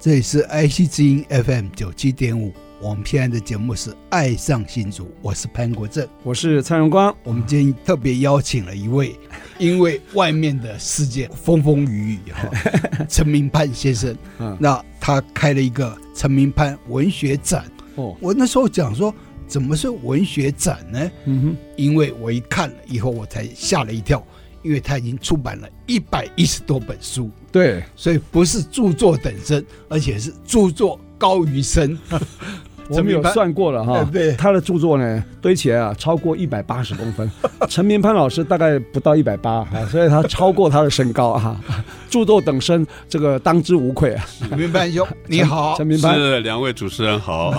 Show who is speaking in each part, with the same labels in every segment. Speaker 1: 这里是 IC 之音 FM 九七点五，我们现在的节目是《爱上新竹》，我是潘国正。
Speaker 2: 我是蔡荣光，
Speaker 1: 我们今天特别邀请了一位，因为外面的世界风风雨雨哈、陈明盼先生
Speaker 2: 嗯。
Speaker 1: 那他开了一个陈明盼文学展，
Speaker 2: 哦，
Speaker 1: 我那时候讲说，怎么是文学展呢？
Speaker 2: 嗯
Speaker 1: 因为我一看了以后，我才吓了一跳，因为他已经出版了一百一十多本书。
Speaker 2: 哼，对，
Speaker 1: 所以不是著作等身，而且是著作高于身。
Speaker 2: 我们有算过了哈
Speaker 1: 哎，对
Speaker 2: 他的著作呢堆起来啊超过一百八十公分， 陈明潘老师大概不到一百八，啊所以他超过他的身高啊， 著作等身，这个当之无愧啊。
Speaker 1: 陈明潘兄，你好
Speaker 2: 陈，明潘，
Speaker 3: 是两位主持 人好，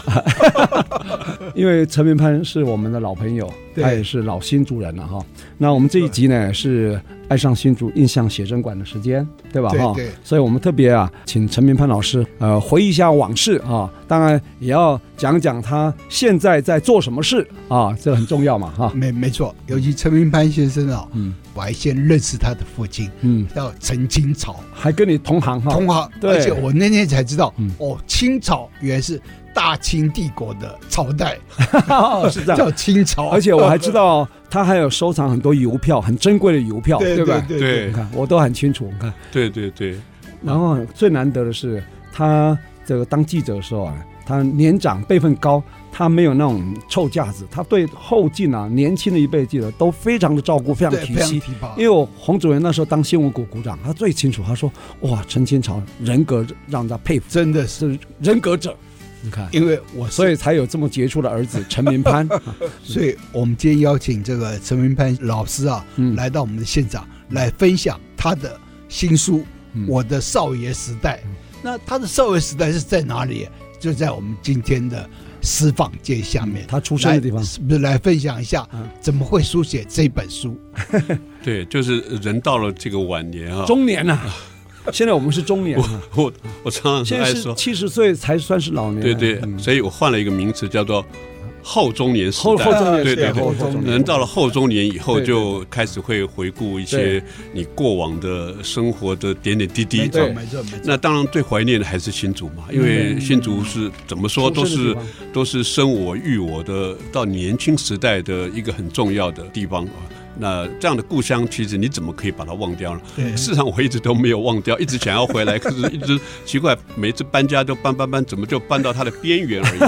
Speaker 2: 因为陈明潘是我们的老朋友，
Speaker 1: 对
Speaker 2: 他也是老新竹人了哈。那我们这一集呢是爱上新竹印象写真馆的时间，对吧？
Speaker 1: 对
Speaker 2: 哈
Speaker 1: 对，
Speaker 2: 所以我们特别啊，请陈明潘老师呃回忆一下往事啊，当然也要讲讲他现在在做什么事啊，这很重要嘛哈。
Speaker 1: 没没错，尤其陈明潘先生啊，
Speaker 2: 嗯
Speaker 1: 我还先认识他的父亲，
Speaker 2: 嗯，
Speaker 1: 叫陈清朝，
Speaker 2: 还跟你同行哈
Speaker 1: 同。行。
Speaker 2: 对
Speaker 1: 而且我那天才知道
Speaker 2: 嗯，
Speaker 1: 哦，清朝原来是大清帝国的朝代，
Speaker 2: 是这 样
Speaker 1: 叫清朝。
Speaker 2: 而且我还知道他还有收藏很多邮票，很珍贵的邮票，
Speaker 1: 对
Speaker 2: 不
Speaker 1: 对对对，
Speaker 2: 你
Speaker 3: 对
Speaker 2: 看我都很清楚，你看。
Speaker 3: 对对对，
Speaker 2: 然后最难得的是，他这个当记者的时候啊，他年长辈分高，他没有那种臭架子，他对后进啊年轻的一辈记者都非常的照顾，非常
Speaker 1: 对
Speaker 2: 体
Speaker 1: 非常
Speaker 2: 恤。
Speaker 1: 提拔
Speaker 2: 因。为我洪主任那时候当新闻股股长，他最清楚，他说：“哇，陈清朝人格让人家佩服，
Speaker 1: 真的是，
Speaker 2: 是人格者。” 你看，
Speaker 1: 因为我
Speaker 2: 所
Speaker 1: 以
Speaker 2: 以才有这么杰出的儿子陈明 潘。啊
Speaker 1: 所以我们今天邀请这个陈明潘老师啊，
Speaker 2: 嗯，
Speaker 1: 来到我们的现场来分享他的新书《
Speaker 2: 嗯
Speaker 1: 我的少爷时代》。那他的少爷时代是在哪里？就在我们今天的私房街下面。
Speaker 2: 他出生的地方
Speaker 1: 来，是不是来分享一下
Speaker 2: 嗯
Speaker 1: 怎么会书写这本书？
Speaker 3: 对，就是人到了这个晚年啊，
Speaker 2: 中年呐、现在我们是中年、啊，
Speaker 3: 我我常常
Speaker 2: 现
Speaker 3: 很
Speaker 2: 在
Speaker 3: 爱
Speaker 2: 是
Speaker 3: 说，
Speaker 2: 七十岁才算是老年。
Speaker 3: 对对，
Speaker 2: 嗯
Speaker 3: 所以我换了一个名词叫做后中年时
Speaker 2: 后
Speaker 3: 代。
Speaker 2: 后中年
Speaker 3: 对
Speaker 2: 时代，
Speaker 3: 对对
Speaker 2: 后中年
Speaker 3: 人到了后中年以后，
Speaker 2: 对对对
Speaker 3: 就开始会回顾一
Speaker 2: 对
Speaker 3: 些你过往的生活的点点滴滴
Speaker 1: 没。错，
Speaker 2: 对
Speaker 1: 没错，没错。
Speaker 3: 那当然最怀念的还是新竹嘛，因为新竹是怎么说都
Speaker 2: 嗯出生的地
Speaker 3: 是
Speaker 2: 方
Speaker 3: 都是生我育我的到年轻时代的一个很重要的地方啊。那这样的故乡，其实你怎么可以把它忘掉呢？
Speaker 1: 对
Speaker 3: 事实上我一直都没有忘掉，一直想要 回来，可是一直奇怪，每次搬家都搬搬搬，怎么就搬到它的边 缘而已？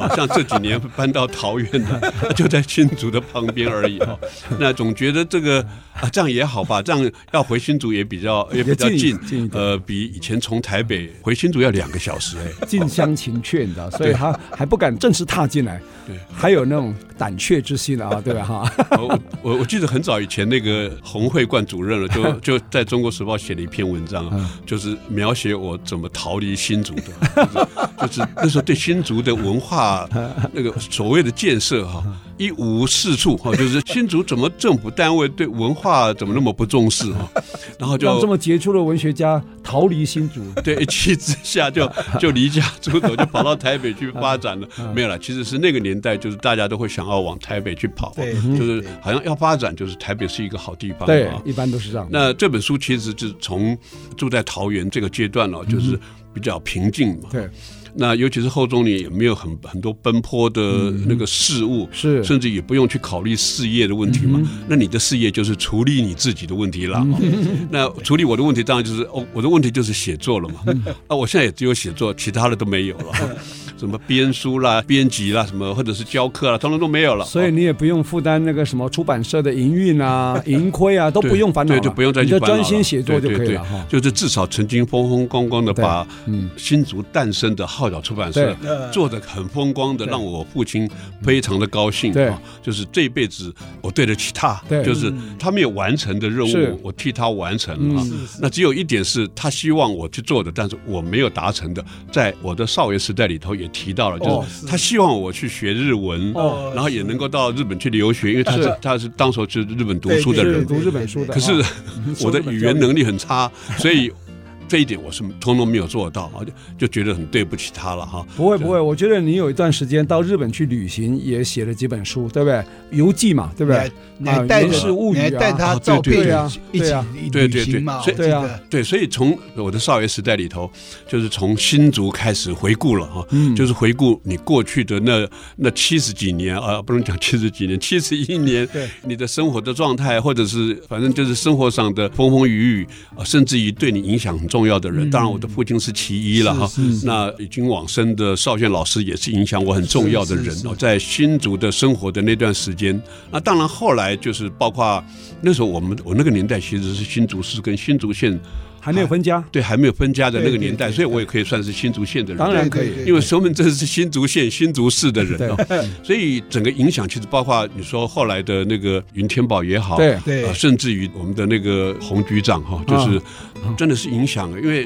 Speaker 3: 啊，像这几年搬到桃园的， 就在新竹的旁边而已哦。那总觉得这个啊，这样也好吧，这样要回新竹也比较也比较
Speaker 2: 也近
Speaker 3: 近
Speaker 2: 近一，点
Speaker 3: 呃，比以前从台北回新竹要两个小时哎。
Speaker 2: 近乡情怯，你知道，所以他还不敢正式踏进来，
Speaker 3: 对
Speaker 2: 还有那种胆怯之心啊，对吧？哈，
Speaker 3: 我我我记得很早以前那个洪慧冠主任 了，就就在《中国时报》写了一篇文章
Speaker 2: 嗯
Speaker 3: 啊，就是描写我怎么逃离新竹的， 就是就是那时候对新竹的文化
Speaker 2: 嗯
Speaker 3: 那个所谓的建设哈、一无是处哈、就是新竹怎么政府单位对文化怎么那么不重视 哈、然后
Speaker 2: 让这
Speaker 3: 就。
Speaker 2: 么杰出的文学家逃离新竹，
Speaker 3: 对，一气之下就就离家出走，就跑到台北去发展了。没有了，其实是那个年代，就是大家都会想要往台北去跑啊，
Speaker 1: 对
Speaker 3: 就是好像要发展，就是台北是一个好地方
Speaker 2: 对
Speaker 3: 啊，。
Speaker 2: 一般都是这样。
Speaker 3: 那这本书其实就是从住在桃园这个阶段了、就是比较平静嘛。
Speaker 2: 对，
Speaker 3: 那尤其是后中年，也没有很很多奔波的那个事物，
Speaker 2: 嗯是嗯
Speaker 3: 甚至也不用去考虑事业的问题嘛。那你的事业就是处理你自己的问题了、哦 那处理我的问
Speaker 2: 嗯
Speaker 3: 啊题，当然就是哦，我的问题就是写作了嘛。那、我现在也只有写作，其他的都没有了。什么编书啦、编辑啦，什么或者是教课啦，通通都没有了。
Speaker 2: 所以
Speaker 3: 哦
Speaker 2: 你也不用负担那个什么出版社的营运啊、 盈亏啊，都
Speaker 3: 对
Speaker 2: 不用烦恼了，
Speaker 3: 对，就不用再
Speaker 2: 你
Speaker 3: 去
Speaker 2: 就
Speaker 3: 烦恼
Speaker 2: 专心
Speaker 3: 了
Speaker 2: 写作就
Speaker 3: 对对
Speaker 2: 可以
Speaker 3: 对
Speaker 2: 了哈。
Speaker 3: 就是至少曾经风风光光的
Speaker 2: 对
Speaker 3: 把
Speaker 2: 嗯
Speaker 3: 新竹诞生的号角出版社
Speaker 1: 对呃
Speaker 3: 做得很风光的，
Speaker 2: 对
Speaker 3: 让我父亲非常的高兴。
Speaker 2: 对
Speaker 3: 啊，就是这辈子我对得起他
Speaker 2: 对，
Speaker 3: 就是他没有完成的任
Speaker 2: 是
Speaker 3: 务，我替他完成了啊
Speaker 2: 嗯。
Speaker 3: 那只有一点是他希望我去做的，但是我没有达成的，在我的少爷时代里头也提到了，
Speaker 2: 哦
Speaker 3: 就是他希望我去学日文，
Speaker 2: 哦
Speaker 3: 然后也能够到日本去留学，因为他是
Speaker 2: 是
Speaker 3: 他是当时候去日本读书的
Speaker 1: 对对
Speaker 3: 人
Speaker 2: 是
Speaker 1: 对，
Speaker 2: 读日本书的，
Speaker 3: 可是
Speaker 2: 啊
Speaker 3: 我的语言能力很差，所以 这一点我是通通没有做到啊，就就觉得很对不起他了哈。
Speaker 2: 不会不会，我觉得你有一段时间到日本去旅行，也写了几本书，对不对？游记嘛，对不
Speaker 1: 你
Speaker 2: 对
Speaker 1: 还？你还带
Speaker 2: 啊源氏
Speaker 1: 着
Speaker 2: 物语
Speaker 1: 你还
Speaker 2: 啊
Speaker 1: 带他
Speaker 3: 啊
Speaker 1: 照
Speaker 3: 对
Speaker 2: 对
Speaker 1: 片
Speaker 2: 对啊
Speaker 1: 一
Speaker 2: 对
Speaker 1: 起
Speaker 2: 啊
Speaker 1: 一起
Speaker 3: 对
Speaker 1: 旅
Speaker 3: 对对
Speaker 1: 行嘛，
Speaker 3: 所以
Speaker 1: 我记得
Speaker 2: 对啊
Speaker 3: 对，所以从我的少爷时代里头，就是从新竹开始回顾了哈，
Speaker 2: 嗯
Speaker 3: 就是回顾你过去的那那七十几年啊、不能讲七十几年，七十一年，
Speaker 2: 对
Speaker 3: 你的生活的状态，或者是反正就是生活上的风风雨雨，啊，甚至于对你影响很重要的人，当然我的父亲是其一了哈，那已经往生的邵炫老师也是影响我很重要的人哦，在新竹的生活的那段时间，那当然后来就是包括那时候我们我那个年代其实是新竹市跟新竹县。
Speaker 2: 还没有分家，
Speaker 3: 对还没有分家的那个年代，
Speaker 1: 对对对
Speaker 3: 所以我也可以算是新竹县的人。
Speaker 2: 当
Speaker 1: 对
Speaker 2: 然可
Speaker 1: 对
Speaker 2: 以
Speaker 1: 对，
Speaker 3: 因为熊本真的是新竹县新竹市的人
Speaker 2: 对
Speaker 3: 哦， 所以整个影响其实包括你说后来的那个云天宝也好，
Speaker 2: 对嗯
Speaker 1: 对
Speaker 3: 呃甚至于我们的那个洪局长哈，就是真的是影响了，因为。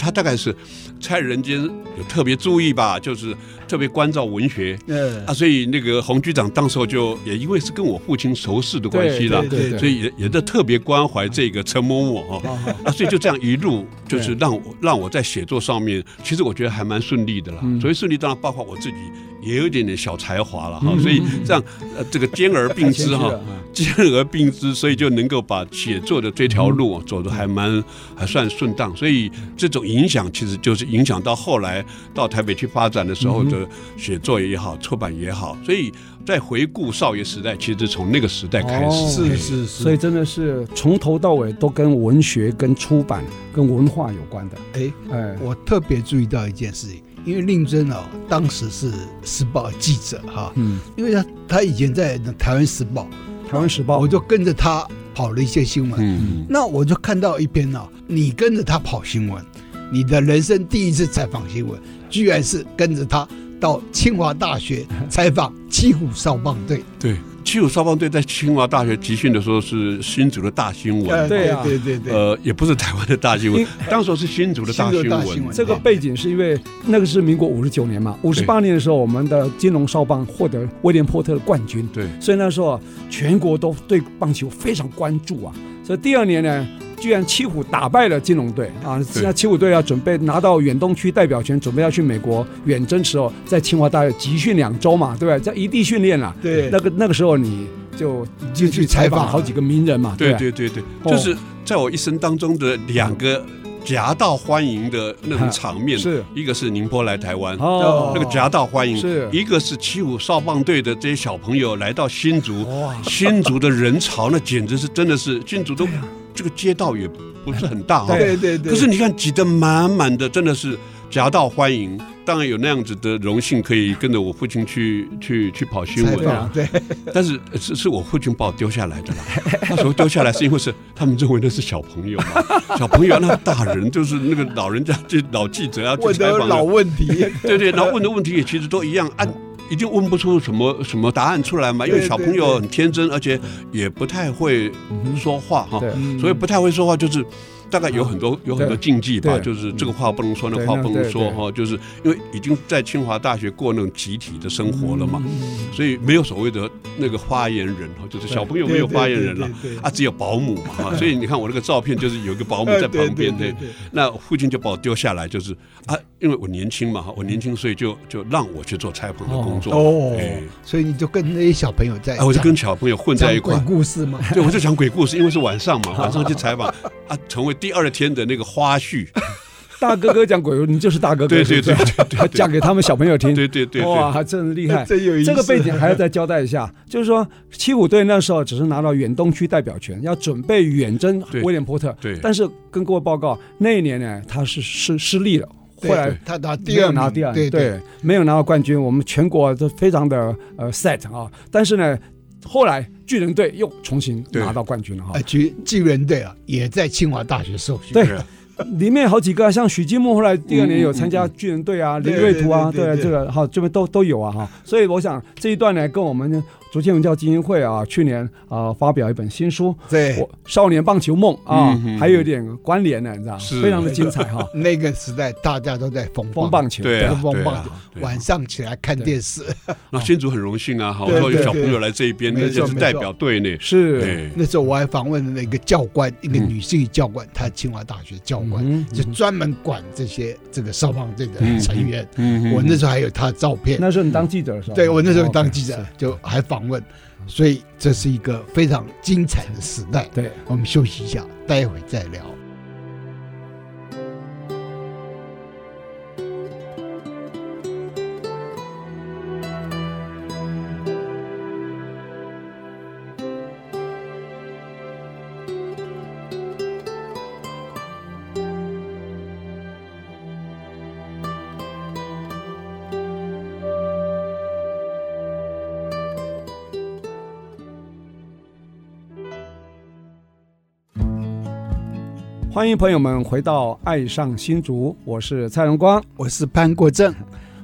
Speaker 3: 他大概是蔡人间有特别注意吧，就是特别关照文学
Speaker 1: 呃
Speaker 3: 啊，所以那个洪局长当时候就也因为是跟我父亲熟识的关系啦，
Speaker 2: 对对对
Speaker 3: 所以也也在特别关怀这个陈某某哦，啊，所以就这样一路就是让我让我在写作上面，其实我觉得还蛮顺利的啦。所以顺利当然包括我自己也有一点点小才华了哈，所以这样呃这个兼而并之哈。
Speaker 2: 嗯
Speaker 3: 兼而并之，所以就能够把写作的这条路哦走得还蛮还算顺当，所以这种影响其实就是影响到后来到台北去发展的时候的写作也好，出版也好，所以在回顾少爷时代，其实从那个时代开
Speaker 2: 哦
Speaker 3: 始，
Speaker 1: 是是是，
Speaker 2: 所以真的是从头到尾都跟文学、跟出版、跟文化有关的。
Speaker 1: 哎，
Speaker 2: 哎，
Speaker 1: 我特别注意到一件事情，因为令尊哦，当时是时报记者哈，
Speaker 2: 嗯，
Speaker 1: 因为他他以前在台湾时报，
Speaker 2: 《台湾时报》
Speaker 1: 我就跟着他跑了一些新闻，
Speaker 3: 嗯，
Speaker 1: 那我就看到一篇哦，你跟着他跑新闻，你的人生第一次采访新闻，居然是跟着他到清华大 学采访七虎少棒队，
Speaker 3: 对，七五少棒队在清华大学集训的时候是新竹的大新
Speaker 1: 呃
Speaker 3: 闻，
Speaker 2: 对啊
Speaker 1: 对对对对，
Speaker 3: 呃，也不是台湾的大新闻，当时候是新竹的大
Speaker 1: 新竹大
Speaker 3: 新
Speaker 1: 新闻
Speaker 3: 闻，
Speaker 2: 这个背景是因为那个是民国五十九年嘛，五十八年的时候，我们的金融少棒获得威廉波特的冠军，
Speaker 3: 对
Speaker 2: 所以那时候啊全国都对棒球非常关注啊。所以第二年呢，居然七虎打败了金融队啊！现在七虎队要准备拿到远东区代表权，准备要去美国远征时候，在清华大学集训两周嘛，对不对？在异地训练啊。
Speaker 1: 对
Speaker 2: 那个那个时候你就就
Speaker 1: 去
Speaker 2: 去
Speaker 1: 采
Speaker 2: 采访
Speaker 1: 访
Speaker 2: 好几个名人嘛，
Speaker 3: 对
Speaker 2: 不对？
Speaker 3: 对对对，
Speaker 2: 哦
Speaker 3: 就是在我一生当中的两个夹道欢迎的那种场面，
Speaker 2: 是
Speaker 3: 一个是宁波来台湾。
Speaker 2: 哦，
Speaker 3: 那个夹道欢迎，
Speaker 2: 是
Speaker 3: 一个是七五少棒队的这些小朋友来到新竹，
Speaker 2: 哇，
Speaker 3: 新竹的人潮那简直是真的是新竹都这个街道也不是很大哈，
Speaker 1: 对
Speaker 2: 对
Speaker 1: 对对，
Speaker 3: 可是你看挤得满满的，真的是夹道欢迎。当然有那样子的荣幸，可以跟着我父亲去去去跑新
Speaker 1: 采
Speaker 3: 闻啊
Speaker 1: 访。对
Speaker 3: 但是呃是是我父亲把我丢下来的啦。 那时候丢下来是因为是他们认为那是小朋友 嘛，小朋友那大人就是那个老人家就老记者要去
Speaker 1: 问
Speaker 3: 采
Speaker 1: 的
Speaker 3: 访
Speaker 1: 老
Speaker 3: 的，
Speaker 1: 问题，
Speaker 3: 对对，然后问的问题也其实都一样，按一定问不出什么什么答案出来嘛，因为
Speaker 1: 对
Speaker 3: 小
Speaker 1: 对
Speaker 3: 朋
Speaker 1: 对
Speaker 3: 友很天真，而且也不太会说话哈。
Speaker 2: 对
Speaker 3: 嗯所以不太会说话，就是大概有很多有很多禁忌吧，
Speaker 2: 对
Speaker 3: 就是这个话不能说，那
Speaker 2: 对
Speaker 3: 话
Speaker 2: 那
Speaker 3: 不能说
Speaker 2: 对对
Speaker 3: 哈，就是因为已经在清华大学过那种集体的生活了嘛，
Speaker 1: 嗯
Speaker 3: 所以没有所谓的那个发言人哈，就是小朋友没有发言人了
Speaker 1: 对对对对对
Speaker 3: 啊，只有保姆嘛哈，所以你看我那个照片就是有一个保姆
Speaker 1: 呃
Speaker 3: 在
Speaker 1: 对
Speaker 3: 旁边
Speaker 1: 对
Speaker 3: 对
Speaker 1: 对对。
Speaker 3: 那父亲就把我丢下来，就是啊，因为我年轻嘛哈，我年轻所以就就让我去做采访的工作
Speaker 1: 哦
Speaker 3: 哎，
Speaker 1: 所以你就跟那些小朋友在
Speaker 3: 啊，我就
Speaker 1: 讲
Speaker 3: 跟小朋友混在一
Speaker 1: 讲
Speaker 3: 块
Speaker 1: 鬼，故事 嘛，！
Speaker 3: 对，我就讲鬼故事，因为是晚上 嘛，晚上去采访啊，成为第二天的那个花絮。
Speaker 2: 大哥哥讲鬼故事，你就是大哥哥，
Speaker 3: 对对
Speaker 2: 是不是
Speaker 3: 对对对
Speaker 2: 他讲给他们小朋友听，
Speaker 3: 对对对对
Speaker 2: 哇，真厉害
Speaker 1: 真有意思。
Speaker 2: 这个背景还要再交代一 下，就是说七虎队那时候只是拿到远东区代表权，要准备远征
Speaker 3: 对
Speaker 2: 威廉波特，
Speaker 3: 对
Speaker 2: 但是跟各位报告，那一年呢，他是失失利了。后来
Speaker 1: 他拿
Speaker 2: 没
Speaker 1: 第
Speaker 2: 有
Speaker 1: 二
Speaker 2: 拿
Speaker 1: 名，
Speaker 2: 第二，
Speaker 1: 对对，
Speaker 2: 没有拿到冠军，我们全国都非常的呃 set 啊。但是呢，后来巨人队又重新
Speaker 3: 对
Speaker 2: 拿到冠军了哈
Speaker 1: 呃，。巨巨人队啊，也在清华大学受训，
Speaker 2: 对
Speaker 3: 是
Speaker 2: 里面好几个，像许金木后来第二年有参加巨人队啊，
Speaker 1: 嗯嗯
Speaker 2: 林瑞图啊，
Speaker 1: 对
Speaker 2: 对
Speaker 1: 对对对
Speaker 2: 这个哈，这边都都有啊哈。所以我想这一段呢，跟我们竹建文教基金会啊，去年啊、发表一本新书《
Speaker 1: 对。
Speaker 2: 我少年棒球梦》啊
Speaker 3: 嗯嗯，嗯
Speaker 2: 还有一点关联呢，你知道吗，
Speaker 3: 是
Speaker 2: 非常的精彩哈
Speaker 1: 那个时代大家都在风
Speaker 2: 风棒球，
Speaker 3: 对啊，
Speaker 1: 风
Speaker 3: 对
Speaker 1: 棒
Speaker 3: 啊
Speaker 1: 球，
Speaker 3: 对啊
Speaker 1: 晚上起来看电视，
Speaker 3: 那新竹很荣幸啊，哈，我
Speaker 1: 对
Speaker 3: 说有
Speaker 1: 对
Speaker 3: 小朋友
Speaker 1: 对
Speaker 3: 来这一边，
Speaker 1: 没
Speaker 3: 而且
Speaker 1: 错
Speaker 3: 是
Speaker 1: 没
Speaker 3: 代
Speaker 1: 错
Speaker 3: 表队呢，
Speaker 2: 是，
Speaker 3: 对，
Speaker 1: 那时候我还访问了一个教官，一个
Speaker 3: 嗯
Speaker 1: 女性教官，她清华大学教官，
Speaker 2: 嗯
Speaker 1: 就专门管这些这个少棒队的
Speaker 3: 嗯
Speaker 1: 成员。
Speaker 3: 嗯
Speaker 1: 我那时候还有她的照片，
Speaker 2: 那时候你当记者是吧？
Speaker 1: 对我那时候当
Speaker 2: OK，
Speaker 1: 记者
Speaker 2: 是
Speaker 1: 就还访问，所以这是一个非常精彩的时代。
Speaker 2: 对。
Speaker 1: 我们休息一下，待会再聊。
Speaker 2: 欢迎朋友们回到《爱上新竹》，我是蔡荣光。
Speaker 1: 我是潘国正，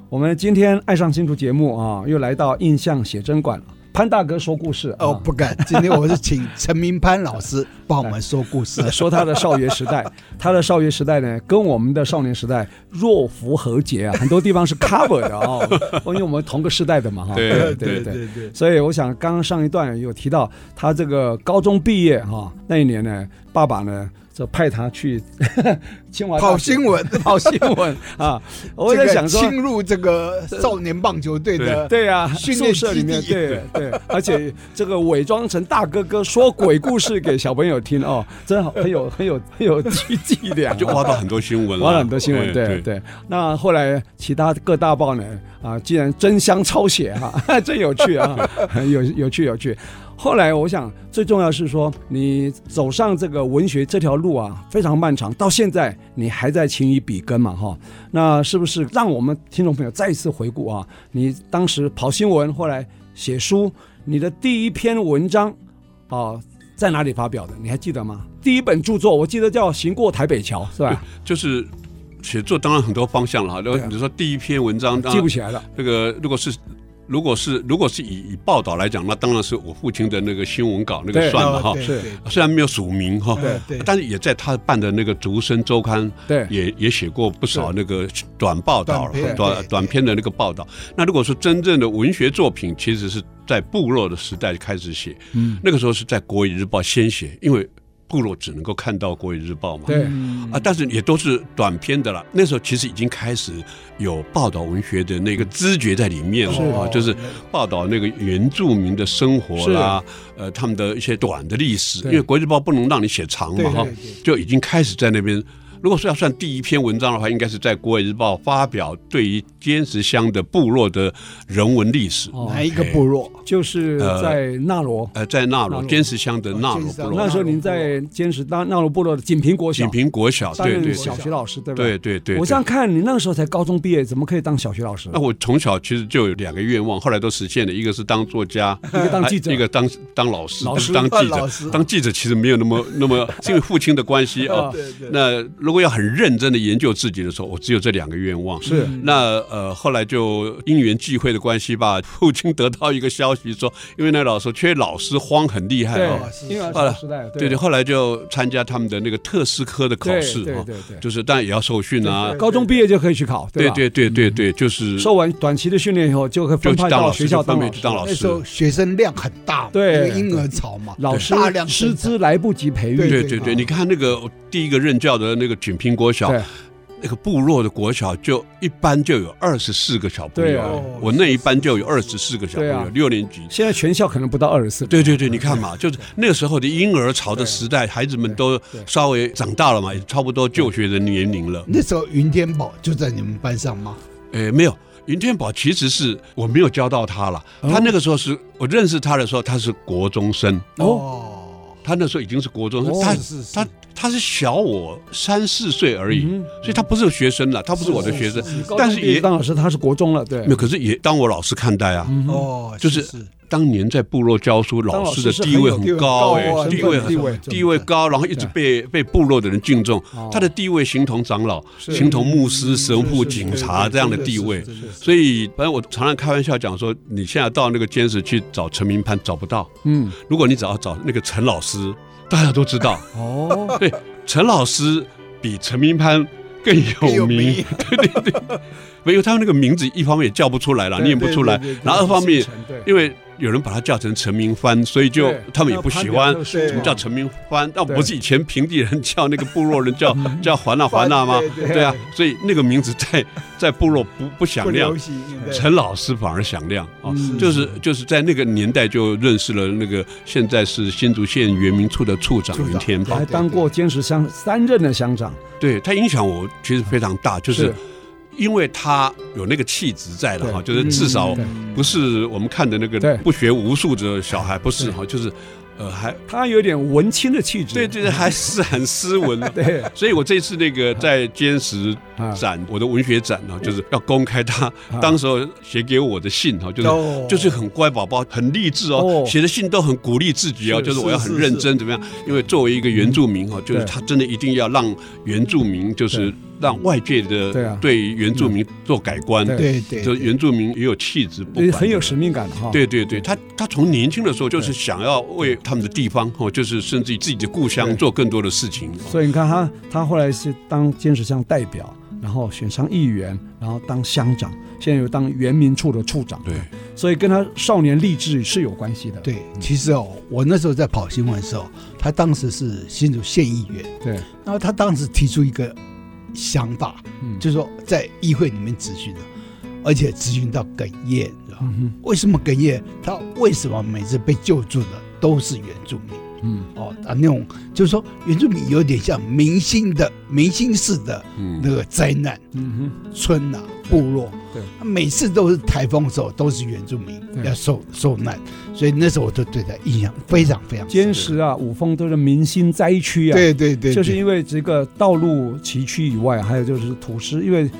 Speaker 2: 我们今天《爱上新竹》节目啊，又来到印象写真馆了。潘大哥说故事啊
Speaker 1: 哦，不敢，今天我是请陈明潘老 师帮我们说故事
Speaker 2: 呃。 说他的少爷时 代，他的少爷时代呢，跟我们的少年时代若符合节啊，很多地方是 cover 的啊、 因为我们同个时代的嘛哈。对
Speaker 3: 对对
Speaker 2: 对。
Speaker 1: 对对，
Speaker 2: 所以我想，刚刚上一段有提到他这个高中毕业哈、那一年呢，爸爸呢就派他去 清华大学
Speaker 1: 跑新闻，
Speaker 2: 跑新闻啊。我
Speaker 1: 这
Speaker 2: 在
Speaker 1: 个
Speaker 2: 想说，
Speaker 1: 侵入这个少年棒球队的呃
Speaker 2: 对呀、啊，
Speaker 1: 训
Speaker 2: 宿
Speaker 1: 练
Speaker 2: 舍里面
Speaker 1: 基地
Speaker 2: 对对，而且这个伪装成大哥哥说鬼故事给小朋友听哦，真好，很有很有很有积极的呀，
Speaker 3: 就挖到很多新闻了，
Speaker 2: 挖了很多新闻，
Speaker 3: 哎
Speaker 2: 对对。那后来其他各大报呢，啊，竟然争相抄写哈， 真有趣啊， 有有趣有趣。后来我想，最重要是说，你走上这个文学这条路啊，非常漫长，到现在你还在勤于笔耕嘛，哈。那是不是让我们听众朋友再一次回顾啊？你当时跑新闻，后来写书，你的第一篇文章啊、在哪里发表的？你还记得吗？第一本著作，我记得叫《行过台北桥》，是吧？
Speaker 3: 就是写作当然很多方向了哈。然后
Speaker 2: 对啊
Speaker 3: 你说第一篇文章，当
Speaker 2: 记不
Speaker 3: 然
Speaker 2: 起来了。
Speaker 3: 这个如果是。如果是如果是以以报道来讲，那当然是我父亲的那个新闻稿那个
Speaker 2: 对
Speaker 3: 算了
Speaker 1: 哦
Speaker 3: 哈，
Speaker 1: 对
Speaker 2: 是
Speaker 1: 对
Speaker 3: 虽然没有署名哈
Speaker 1: 对，对
Speaker 3: 但是也在他办的那个《竹生周刊》
Speaker 2: 对
Speaker 3: 也也写过不少那个短报道
Speaker 1: 短、篇对
Speaker 3: 短
Speaker 1: 对
Speaker 3: 短篇的那个报道。那如果说真正的文学作品，其实是在部落的时代开始写，
Speaker 2: 嗯
Speaker 3: 那个时候是在《国语日报》先写，因为部落只能够看到《国语日报》嘛。
Speaker 2: 对，
Speaker 3: 啊，但是也都是短篇的了。那时候其实已经开始有报道文学的那个知觉在里面
Speaker 2: 是
Speaker 3: 了啊，就是报道那个原住民的生活啦，呃，他们的一些短的历史，
Speaker 2: 对
Speaker 3: 因为国际报不能让你写长嘛
Speaker 1: 对
Speaker 3: 哈
Speaker 1: 对对，
Speaker 3: 就已经开始在那边。如果说要算第一篇文章的话，应该是在《国语日报》发表对于尖石乡的部落的人文历史。
Speaker 2: 哦
Speaker 1: 哪一个部落？
Speaker 2: 就是在纳罗。
Speaker 3: 呃，在纳
Speaker 2: 纳
Speaker 3: 罗
Speaker 2: 罗
Speaker 3: 尖石乡的纳罗部
Speaker 1: 哦
Speaker 3: 落
Speaker 2: 那时候您在坚持纳纳罗部落的锦屏国小
Speaker 3: 锦屏国小，
Speaker 2: 担
Speaker 3: 对
Speaker 2: 任
Speaker 3: 对
Speaker 2: 小学老师，对吧？
Speaker 3: 对对对，啊
Speaker 2: 我
Speaker 3: 对
Speaker 2: 这样看，你那个时候才高中毕业，怎么可以当小学老师
Speaker 3: 那？我从小其实就有两个愿望，后来都实现了，一个是当作家，一个
Speaker 2: 当记者
Speaker 3: 一个当当老师，
Speaker 2: 老师
Speaker 3: 当记
Speaker 1: 当
Speaker 3: 者
Speaker 1: 老师，
Speaker 3: 当记者其实没有那么那么，是因为父亲的关系啊。
Speaker 1: 对对
Speaker 3: 那如果要很认真的研究自己的时候，我只有这两个愿望。
Speaker 2: 是
Speaker 3: 那呃，后来就因缘际会的关系吧，父亲得到一个消息说，因为那老师缺老师荒很厉害
Speaker 2: 对
Speaker 3: 啊，
Speaker 1: 是，
Speaker 2: 因为
Speaker 1: 是
Speaker 2: 小时代，
Speaker 3: 对对，后来就参加他们的那个特师科的考
Speaker 2: 对
Speaker 3: 试
Speaker 2: 对
Speaker 3: 啊，
Speaker 2: 对对，
Speaker 3: 就是当然也要受训啊
Speaker 1: 对，
Speaker 2: 高中毕业就可以去考，
Speaker 3: 对
Speaker 2: 吧？
Speaker 3: 对对对对，就是
Speaker 2: 受完短期的训练以后，就可以
Speaker 3: 就
Speaker 2: 分
Speaker 3: 去
Speaker 2: 派
Speaker 3: 当
Speaker 2: 到
Speaker 3: 老师
Speaker 2: 学校
Speaker 3: 就分
Speaker 2: 当
Speaker 3: 配
Speaker 2: 老
Speaker 3: 去
Speaker 2: 师
Speaker 3: 当。老
Speaker 1: 那
Speaker 3: 师
Speaker 1: 时。候学生量很大嘛，
Speaker 2: 对
Speaker 1: 因为婴儿潮嘛，
Speaker 2: 老师
Speaker 1: 大量
Speaker 2: 师
Speaker 1: 生
Speaker 2: 资
Speaker 1: 产
Speaker 2: 来不及培育，
Speaker 1: 对
Speaker 3: 对对对，
Speaker 1: 对
Speaker 3: 你看那个哦第一个任教的那个锦屏国小
Speaker 2: 啊对，
Speaker 3: 那个部落的国小就一班就有二十四个小朋
Speaker 2: 对
Speaker 3: 友
Speaker 2: 啊，
Speaker 3: 我那一班就有二十四个小朋
Speaker 2: 对
Speaker 3: 友
Speaker 2: 啊，
Speaker 3: 六年级。
Speaker 2: 现在全校可能不到二十四。
Speaker 3: 对对对，你看嘛，就是那个时候的婴儿潮的时代，孩子们都稍微长大了嘛，也差不多就学的年龄了。
Speaker 1: 那时候云天宝就在你们班上吗？
Speaker 3: 诶，没有，云天宝其实是我没有教到他了，
Speaker 2: 哦
Speaker 3: 他那个时候是我认识他的时候，他是国中生，
Speaker 2: 哦
Speaker 1: 哦，
Speaker 3: 他那时候已经是国中
Speaker 2: 哦
Speaker 3: 生，他
Speaker 1: 是是是
Speaker 3: 他他是小我三四岁而已，
Speaker 2: 嗯
Speaker 3: 所以他不是学生了，他不是我的学生，但是也
Speaker 2: 当老师他是国中了，对
Speaker 3: 没有，可是也当我老师看待啊。
Speaker 2: 嗯
Speaker 1: 哦，
Speaker 3: 就是当年在部落教书，老师的地位很高哎、
Speaker 1: 啊
Speaker 2: 当老师是很有
Speaker 3: 地
Speaker 2: 地
Speaker 3: 位
Speaker 2: 位
Speaker 3: 很
Speaker 2: 地位
Speaker 3: 地位高，然后一直被被部落的人敬重
Speaker 2: 哦，
Speaker 3: 他的地位形同长老、
Speaker 2: 是
Speaker 3: 形同牧师、神父、
Speaker 2: 是是
Speaker 3: 警察这样的地位。所以，反正我常常开玩笑讲说，你现在到那个监室去找陈明潘找不到，
Speaker 2: 嗯，
Speaker 3: 如果你只要找那个陈老师，大家都知道，
Speaker 2: 哦，
Speaker 3: 对，陈老师比陈明潘更
Speaker 1: 更有
Speaker 3: 有名
Speaker 1: 名，
Speaker 3: 对对对，没有他那个名字，一方面也叫不出来了，念不出来，然后二方面因为有人把他叫成陈明帆，所以就他们也不喜欢。什
Speaker 2: 什
Speaker 3: 么叫陈明帆？那不是以前平地人叫那个部落人 叫叫环娜
Speaker 1: 华
Speaker 3: 环娜吗？
Speaker 1: 对
Speaker 3: 对啊，所以那个名字在 在部落不不响
Speaker 1: 不
Speaker 3: 亮
Speaker 1: 流，行，对
Speaker 3: 陈老师反而响亮啊
Speaker 2: 嗯，
Speaker 3: 就是就是在那个年代就认识了那个现在是新竹县原民处的处长
Speaker 1: 处长
Speaker 3: 云天宝
Speaker 2: 还，当过坚持乡三任的乡长，
Speaker 3: 对他影响我其实非常大，就是因为他有那个气质在了哈，
Speaker 2: 对
Speaker 3: 就是至少
Speaker 2: 嗯对
Speaker 3: 不是我们看的那个
Speaker 2: 对
Speaker 3: 不学无术的小孩，不是哈，就是呃还
Speaker 2: 他有点文青的气质，
Speaker 3: 对对对，还是很斯文的。
Speaker 2: 对
Speaker 3: 所以我这次那个在坚实
Speaker 2: 啊，
Speaker 3: 展，我的文学展呢，
Speaker 2: 嗯
Speaker 3: 就是要公开他
Speaker 2: 啊
Speaker 3: 当时候写给我的信哈，就是
Speaker 1: 哦
Speaker 3: 就是很乖宝宝，很励志哦，
Speaker 2: 哦
Speaker 3: 写的信都很鼓励自己哦，
Speaker 2: 是嗯
Speaker 3: 就是我要很
Speaker 1: 是
Speaker 3: 认真怎么样？因为作为一个原住民哈，哦就是
Speaker 2: 对
Speaker 3: 他真的一定要让原住民，就是让外界
Speaker 2: 对
Speaker 3: 的
Speaker 2: 啊嗯
Speaker 3: 对原住民做改观，
Speaker 2: 对
Speaker 1: 对对，
Speaker 3: 哎就
Speaker 1: 对
Speaker 3: 是原住民也有气质，不
Speaker 2: 也
Speaker 3: 凡
Speaker 2: 很有
Speaker 3: 的
Speaker 2: 使命感的哈。
Speaker 3: 对对对，他他从年轻的时候就是
Speaker 2: 对
Speaker 3: 想要为他们的地方哦，就是甚至于自己的故乡
Speaker 2: 对
Speaker 3: 做更多的事情。哦
Speaker 2: 所以你看他，他后来是当坚持乡代表，然后选上议员，然后当乡长，现在又当原民处的处长。
Speaker 3: 对，
Speaker 2: 所以跟他少年励志是有关系的。
Speaker 1: 对，其实哦，我那时候在跑新闻的时候，他当时是新竹县议员，
Speaker 2: 对，
Speaker 1: 然后他当时提出一个想法，
Speaker 2: 嗯，
Speaker 1: 就是说在议会里面咨询的，而且咨询到哽咽，你知道吗
Speaker 2: 嗯
Speaker 1: 为什么哽咽？他为什么每次被救助的都是原住民？
Speaker 2: 哼嗯，
Speaker 1: 哦，啊，那种就是说原住民有点像明星的明星式的
Speaker 3: 嗯，
Speaker 1: 那个灾难
Speaker 2: 嗯哼，
Speaker 1: 村啊部落，
Speaker 2: 对，
Speaker 1: 每次都是台风的时候都是原住民
Speaker 2: 对
Speaker 1: 要受受难，所以那时候我就对他印象非常非常深。
Speaker 2: 坚实啊，五峰都是民心灾区啊。
Speaker 1: 对对对，
Speaker 2: 就是
Speaker 1: 对
Speaker 2: 因为这个道路崎岖以外，还有就是土石，因为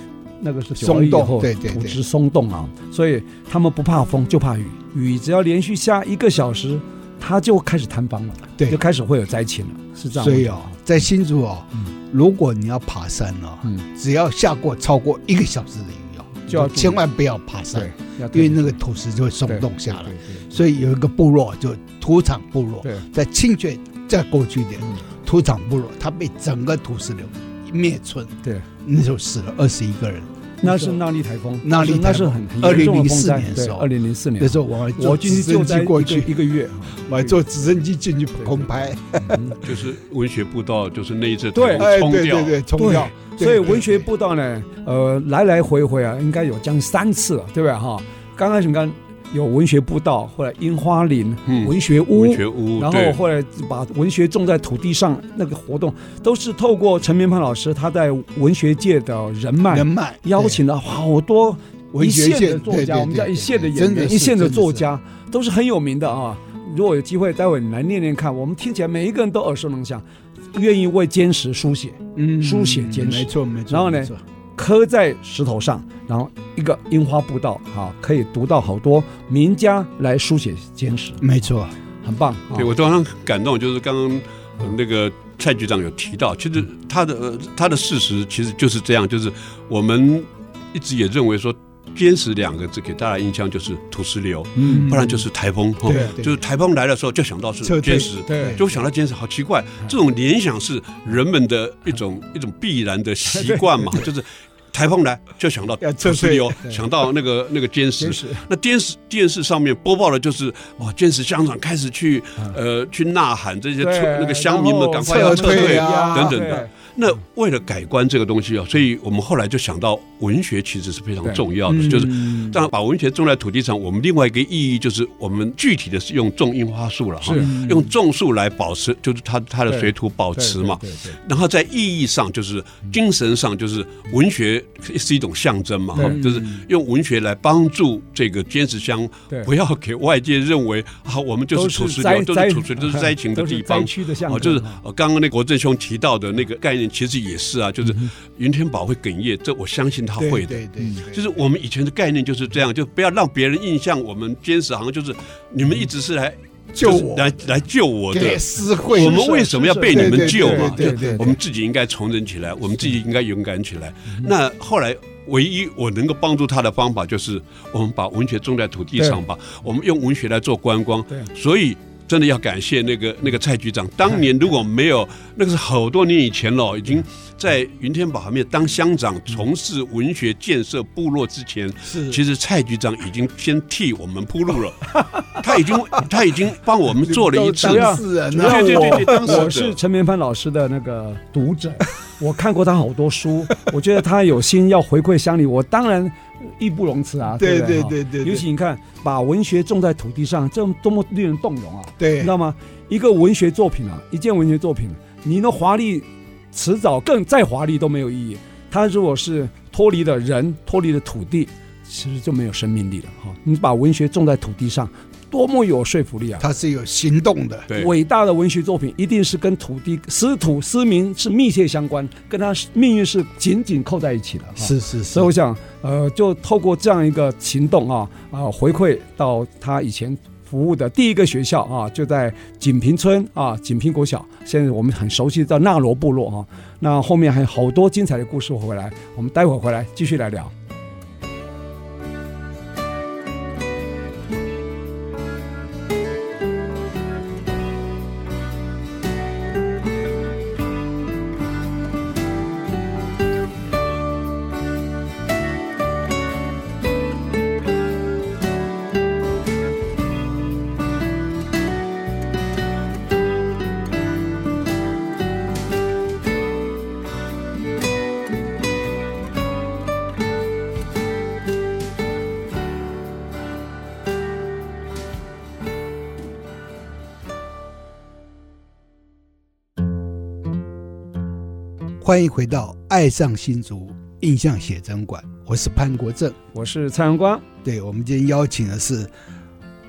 Speaker 2: 那个是九二一
Speaker 1: 松
Speaker 2: 以
Speaker 1: 动
Speaker 2: 后
Speaker 1: 对对
Speaker 2: 土
Speaker 1: 对
Speaker 2: 石松动啊，所以他们不怕风，就怕雨。雨只要连续下一个小时，它就开始坍方了，
Speaker 1: 对
Speaker 2: 就开始会有灾情了，是这样。
Speaker 1: 所以哦，，在新竹哦
Speaker 2: 嗯，
Speaker 1: 如果你要爬山哦，
Speaker 2: 嗯，
Speaker 1: 只要下过超过一个小时的雨哦，
Speaker 2: 就要注意
Speaker 1: 千万不要爬山
Speaker 2: 对，，要
Speaker 1: 因为
Speaker 2: 对
Speaker 1: 那个土石就会松动下来
Speaker 2: 对。
Speaker 1: 所以有一个部落就土场部落，
Speaker 2: 对对
Speaker 1: 在清泉再过去一点，
Speaker 2: 嗯
Speaker 1: 土场部落它被整个土石流灭村，
Speaker 2: 对，
Speaker 1: 那时候死了二十一个人。
Speaker 2: 那是闹力台风，
Speaker 1: 纳利
Speaker 2: 那
Speaker 1: 台风
Speaker 2: 是很很
Speaker 1: 2004
Speaker 2: 严重的风灾
Speaker 1: 年的
Speaker 2: 对
Speaker 1: 时候
Speaker 2: 二零零四年
Speaker 1: 那时候我还坐
Speaker 2: 我进
Speaker 1: 直
Speaker 2: 去救
Speaker 1: 升
Speaker 2: 灾
Speaker 1: 机
Speaker 2: 一
Speaker 1: 过
Speaker 2: 个
Speaker 1: 去，
Speaker 2: 一个月，
Speaker 1: 我还坐直升机进去
Speaker 2: 对
Speaker 1: 空拍，
Speaker 2: 嗯
Speaker 3: 就是文学步道，就是那一次
Speaker 2: 对
Speaker 3: 台
Speaker 1: 哎，
Speaker 3: 风冲
Speaker 1: 对
Speaker 3: 掉
Speaker 1: 对，对，冲
Speaker 2: 对
Speaker 1: 掉。对
Speaker 2: 所以
Speaker 1: 对
Speaker 2: 文
Speaker 1: 对
Speaker 2: 学步道呢，呃，来来回回啊，应该有将近三次了，对不对哈？刚开始你看有文学步道，后来樱花林、
Speaker 3: 嗯
Speaker 2: 文学屋
Speaker 3: 文，学屋，
Speaker 2: 然后
Speaker 3: 对
Speaker 2: 后来把文学种在土地上那个活动，都是透过陈明潘老师他在文学界的人脉
Speaker 1: 人，脉
Speaker 2: 邀请了好多
Speaker 1: 文
Speaker 2: 一
Speaker 1: 学
Speaker 2: 线
Speaker 1: 界
Speaker 2: 的作家，我们叫一线的演员、一线的作，家，都是很有名的啊。如果有机会，待会你来念念看，我们听起来每一个人都耳熟能详，愿意为坚实书写。
Speaker 1: 对
Speaker 2: 书
Speaker 1: 对
Speaker 2: 写
Speaker 1: 真的是真的是嗯没
Speaker 2: 坚持
Speaker 1: 错没错。
Speaker 2: 然后呢
Speaker 1: 没错
Speaker 2: 刻在石头上，然后一个樱花步道啊，可以读到好多名家来书写坚持，
Speaker 1: 没错，
Speaker 2: 很棒。啊
Speaker 3: 对我当然很感动，就是刚刚呃那个蔡局长有提到，其实他的呃他的事实其实就是这样，就是我们一直也认为说“坚实”两个字给大家印象就是土石流，
Speaker 2: 嗯
Speaker 3: 不然就是台风，哦
Speaker 1: 对对
Speaker 3: 就是台风来的时候就想到
Speaker 1: 撤
Speaker 3: 是
Speaker 1: 退
Speaker 3: 坚实。
Speaker 2: 对
Speaker 3: 就想到坚持，好奇怪，这种联想是人们的一种一种必然的习惯嘛，就是台风来就想到
Speaker 1: 要撤
Speaker 3: 土石
Speaker 1: 退
Speaker 3: 流，想到那个那个坚持
Speaker 2: 坚，实
Speaker 3: 那电视电视上面播报的就是哇，坚持乡长
Speaker 2: 啊
Speaker 3: 开始去呃去呐喊这些村那个乡民们赶快要撤
Speaker 1: 撤退
Speaker 3: 退
Speaker 1: 啊
Speaker 3: 等等的。那为了改观这个东西啊，所以我们后来就想到文学其实是非常重要
Speaker 2: 嗯
Speaker 3: 的，就是这样把文学种在土地上。我们另外一个意义就是，我们具体的是用种樱花树了哈
Speaker 2: 是，
Speaker 3: 用种树来保持，就是它它的
Speaker 2: 对
Speaker 3: 水土保持嘛。
Speaker 2: 对对对对
Speaker 3: 然后在意义上，就是精神上，就是文学是一种象征嘛，哈
Speaker 2: 对
Speaker 3: 就是用文学来帮助这个尖石乡
Speaker 2: 对，
Speaker 3: 不要给外界认为啊，我们就是土石
Speaker 2: 灾
Speaker 3: 流，都
Speaker 2: 灾
Speaker 3: 是土石，都是灾情 的
Speaker 2: 都是
Speaker 3: 地方
Speaker 2: 灾。区的象
Speaker 3: 哦，
Speaker 2: 征
Speaker 3: 就是呃刚刚那国正兄提到的那个概念，其实也是啊，
Speaker 2: 嗯
Speaker 3: 就是云天宝会哽咽，这我相信他
Speaker 1: 对
Speaker 3: 会的。
Speaker 1: 对对，对
Speaker 3: 就是我们以前的概念就是这样，就不要让别人印象我们坚持，好像就是你们一直是来
Speaker 1: 救
Speaker 3: 就是
Speaker 1: 我
Speaker 3: 来来救我的，
Speaker 1: 给私会，
Speaker 3: 我们为什么要被你们救嘛？
Speaker 1: 对对对对对
Speaker 3: 我们自己应该重整起来，我们自己应该勇敢起来。
Speaker 1: 嗯
Speaker 3: 那后来。唯一我能够帮助他的方法，就是我们把文学种在土地上吧，我们用文学来做观光
Speaker 2: 对。
Speaker 3: 所以真的要感谢那个那个蔡局长，当年如果没有，那个是好多年以前了，已经在云天堡还没有当乡
Speaker 1: 嗯
Speaker 3: 长，从事文学建设部落之前，
Speaker 1: 是
Speaker 3: 其实蔡局长已经先替我们铺路了， 他已经他已经帮我们做了一次
Speaker 1: 都当事人啊，
Speaker 3: 对对对对，当时
Speaker 2: 我是陈明帆老师的那个读者，我看过他好多书，我觉得他有心要回馈乡里，我当然义不容辞啊。
Speaker 1: 对
Speaker 2: 不对哈
Speaker 1: 对对对对
Speaker 2: 尤其你看，把文学种在土地上，这多么令人动容啊！你
Speaker 1: 对
Speaker 2: 知道吗？一个文学作品啊，一件文学作品，你的华丽，迟早更再华丽都没有意义。它如果是脱离了人，脱离了土地，其实就没有生命力了哈、你把文学种在土地上，多么有说服力啊！
Speaker 1: 他是有行动的，
Speaker 3: 对
Speaker 2: 伟大的文学作品一定是跟土地、师土、师民是密切相关，跟他命运是紧紧扣在一起的。哈，
Speaker 1: 是是
Speaker 2: 所以我想，呃，就透过这样一个行动啊，啊、回馈到他以前服务的第一个学校啊，就在锦屏村啊，锦屏国小，现在我们很熟悉的纳罗部落啊。那后面还有好多精彩的故事回来，我们待会儿回来继续来聊。
Speaker 1: 欢迎回到《爱上新竹印象写真馆》，我是潘国正。
Speaker 2: 我是蔡阳光，
Speaker 1: 对我们今天邀请的是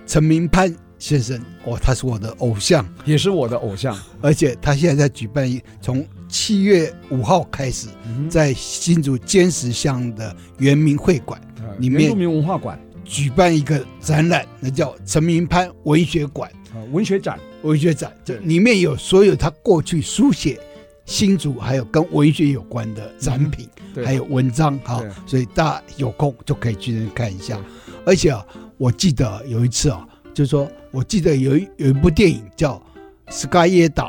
Speaker 1: 陈明潘先生，哦，他是我的偶像，
Speaker 2: 也是我的偶像。
Speaker 1: 而且他现在在举办一，从七月五号开始，
Speaker 2: 嗯
Speaker 1: 在新竹尖石乡的圆明会馆
Speaker 2: 呃
Speaker 1: 里面
Speaker 2: 原住民文化馆、
Speaker 1: 举办一个展览，那叫陈明潘文学馆
Speaker 2: 呃文学展，
Speaker 1: 文学展，这里面有所有他过去书写新竹还有跟文学有关的展品。
Speaker 2: 对
Speaker 1: 还有文章哈
Speaker 2: 对，
Speaker 1: 所以大家有空就可以去那边看一下。而且啊，我记得有一次啊，就是说我记得有一有一部电影叫《斯卡耶达》，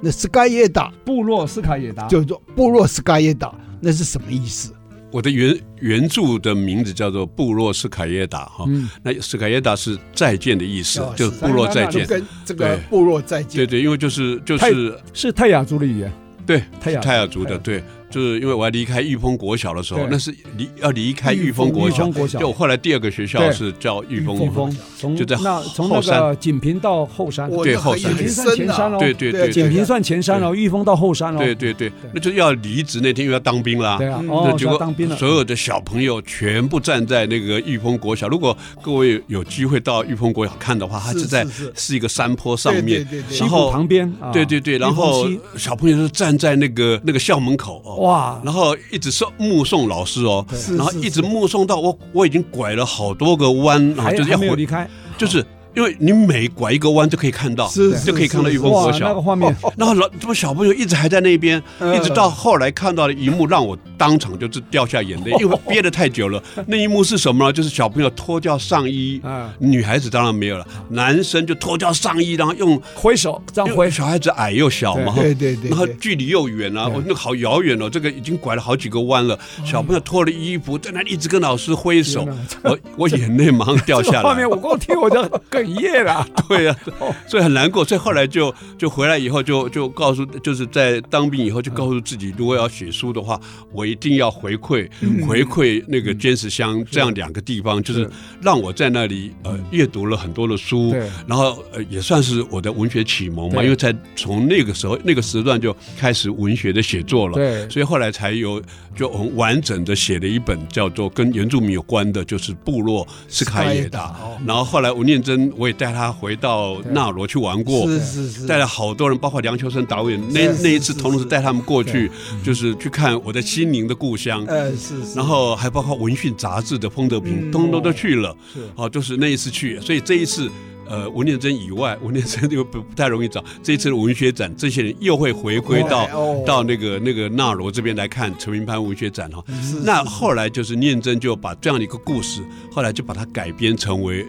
Speaker 1: 那斯卡耶达
Speaker 2: 部落斯卡也达，
Speaker 1: 就是说部落斯卡耶达，那是什么意思？
Speaker 3: 我的原原著的名字叫做《部落斯卡耶达》哈、
Speaker 2: 嗯
Speaker 3: 那斯卡耶达是再见的意思，
Speaker 1: 哦
Speaker 3: 就是部落再
Speaker 1: 就
Speaker 3: 见。
Speaker 1: 跟这个
Speaker 3: 对
Speaker 1: 部落再见，
Speaker 3: 对对，因为就是就
Speaker 2: 太
Speaker 3: 是
Speaker 2: 是泰雅族的语言。
Speaker 3: 对
Speaker 2: 泰雅
Speaker 3: 是泰雅族
Speaker 2: 泰
Speaker 3: 的
Speaker 2: 雅
Speaker 3: 对，就是因为我要离开玉峰国小的时候
Speaker 2: 对，
Speaker 3: 那是离要离开玉峰国
Speaker 2: 玉
Speaker 3: 小
Speaker 2: 峰，国小
Speaker 3: 就我后来第二个学校
Speaker 2: 对
Speaker 3: 是叫玉峰
Speaker 2: 玉峰，从
Speaker 3: 就在
Speaker 2: 那
Speaker 3: 后
Speaker 2: 从那个
Speaker 3: 山
Speaker 2: 锦屏到后山，
Speaker 1: 我
Speaker 3: 对
Speaker 1: 那
Speaker 3: 后
Speaker 1: 很
Speaker 3: 山
Speaker 2: 锦
Speaker 1: 很深
Speaker 2: 屏算前山
Speaker 1: 啊
Speaker 2: 哦，
Speaker 3: 对对对
Speaker 1: 对
Speaker 2: 锦
Speaker 3: 对
Speaker 2: 屏算前山哦，玉峰到后山哦，
Speaker 3: 对对对，那就要离职那天又要当兵啦。
Speaker 2: 对啊，
Speaker 1: 嗯
Speaker 2: 哦
Speaker 3: 那，结
Speaker 2: 就要
Speaker 3: 果
Speaker 2: 当兵了，
Speaker 3: 所有的小朋友全部站在那个玉峰国小。如果各位有机会到玉峰国小看的话，它
Speaker 1: 是
Speaker 3: 是在
Speaker 1: 是是
Speaker 3: 是一个山坡上
Speaker 1: 对对
Speaker 3: 面
Speaker 1: 对，对
Speaker 2: 西
Speaker 3: 然
Speaker 2: 湖
Speaker 3: 后
Speaker 2: 旁边，啊
Speaker 3: 对对对，然后
Speaker 2: 玉峰
Speaker 3: 小朋友就站在那个那个校门口
Speaker 2: 西
Speaker 3: 哦，
Speaker 2: 哇，
Speaker 3: 然后一直送目送老师哦，
Speaker 1: 是
Speaker 3: 然后
Speaker 1: 是
Speaker 3: 一
Speaker 1: 是
Speaker 3: 直目送到我我已经拐了好多个弯，然后
Speaker 2: 还
Speaker 3: 就是
Speaker 2: 还
Speaker 3: 要
Speaker 2: 没有离
Speaker 3: 回，
Speaker 2: 开，
Speaker 3: 就是因为你每拐一个弯就可以看到，
Speaker 1: 是是
Speaker 3: 就可以看到
Speaker 1: 是
Speaker 3: 玉峰
Speaker 2: 哇
Speaker 3: 国，
Speaker 2: 那个
Speaker 3: 小。
Speaker 2: 画面嗯
Speaker 3: 然后老这么小朋友一直还在那边，一直到后来看到的一幕让我当场就是掉下眼泪，因为憋得太久了。那一幕是什么呢？就是小朋友脱掉上衣
Speaker 2: 啊，
Speaker 3: 女孩子当然没有了，男生就脱掉上衣，然后用
Speaker 2: 挥手这样
Speaker 3: 因为
Speaker 2: 挥
Speaker 3: 小孩子矮又小嘛，
Speaker 1: 对对对对
Speaker 3: 然后距离又远啊，我那好遥远哦，这个已经拐了好几个弯了。小朋友脱了衣服，在那里一直跟老师挥手
Speaker 2: 嗯天哪，
Speaker 3: 我我眼泪马上 掉
Speaker 2: 这
Speaker 3: 下
Speaker 2: 个画面
Speaker 3: 来，
Speaker 2: 我光听我就 哽咽 了。
Speaker 3: 对啊，
Speaker 2: 哦
Speaker 3: 所以很难过。所以后来就就回来以后就就告诉，就是在当兵以后就告诉自己，如果要写书的话，我一定要回馈
Speaker 2: 嗯
Speaker 3: 回馈那个坚石乡这样两个地方，就是让我在那里呃阅读了很多的
Speaker 2: 嗯
Speaker 3: 书
Speaker 2: 对，
Speaker 3: 然后呃也算是我的文学启蒙嘛，
Speaker 2: 对
Speaker 3: 因为才从那个时候那个时段就开始文学的写作了，
Speaker 2: 对
Speaker 3: 所以后来才有就很完整的写了一本叫做跟原住民有关的，就是部落斯卡耶达，哦然后后来吴念真我也带他回到纳罗去玩过。
Speaker 1: 是是是，
Speaker 3: 带了好多人，包括梁秋生导演，那
Speaker 1: 是
Speaker 3: 那一次
Speaker 1: 是
Speaker 3: 同时
Speaker 1: 是
Speaker 3: 带他们过去，就是去看我的心灵的故乡。
Speaker 1: 呃是是，
Speaker 3: 然后还包括文讯杂志的风德平，
Speaker 1: 嗯
Speaker 3: 通通都去了
Speaker 2: 是。
Speaker 3: 哦，就是那一次去，所以这一次。呃，文念真以外，文念真又不不太容易找。这一次的文学展，这些人又会回归到、
Speaker 1: 哦
Speaker 3: 到那个那个纳罗这边来看陈明潘文学展哈、
Speaker 1: 嗯是
Speaker 3: 那后来就是念真就把这样的一个故事，后来就把它改编成为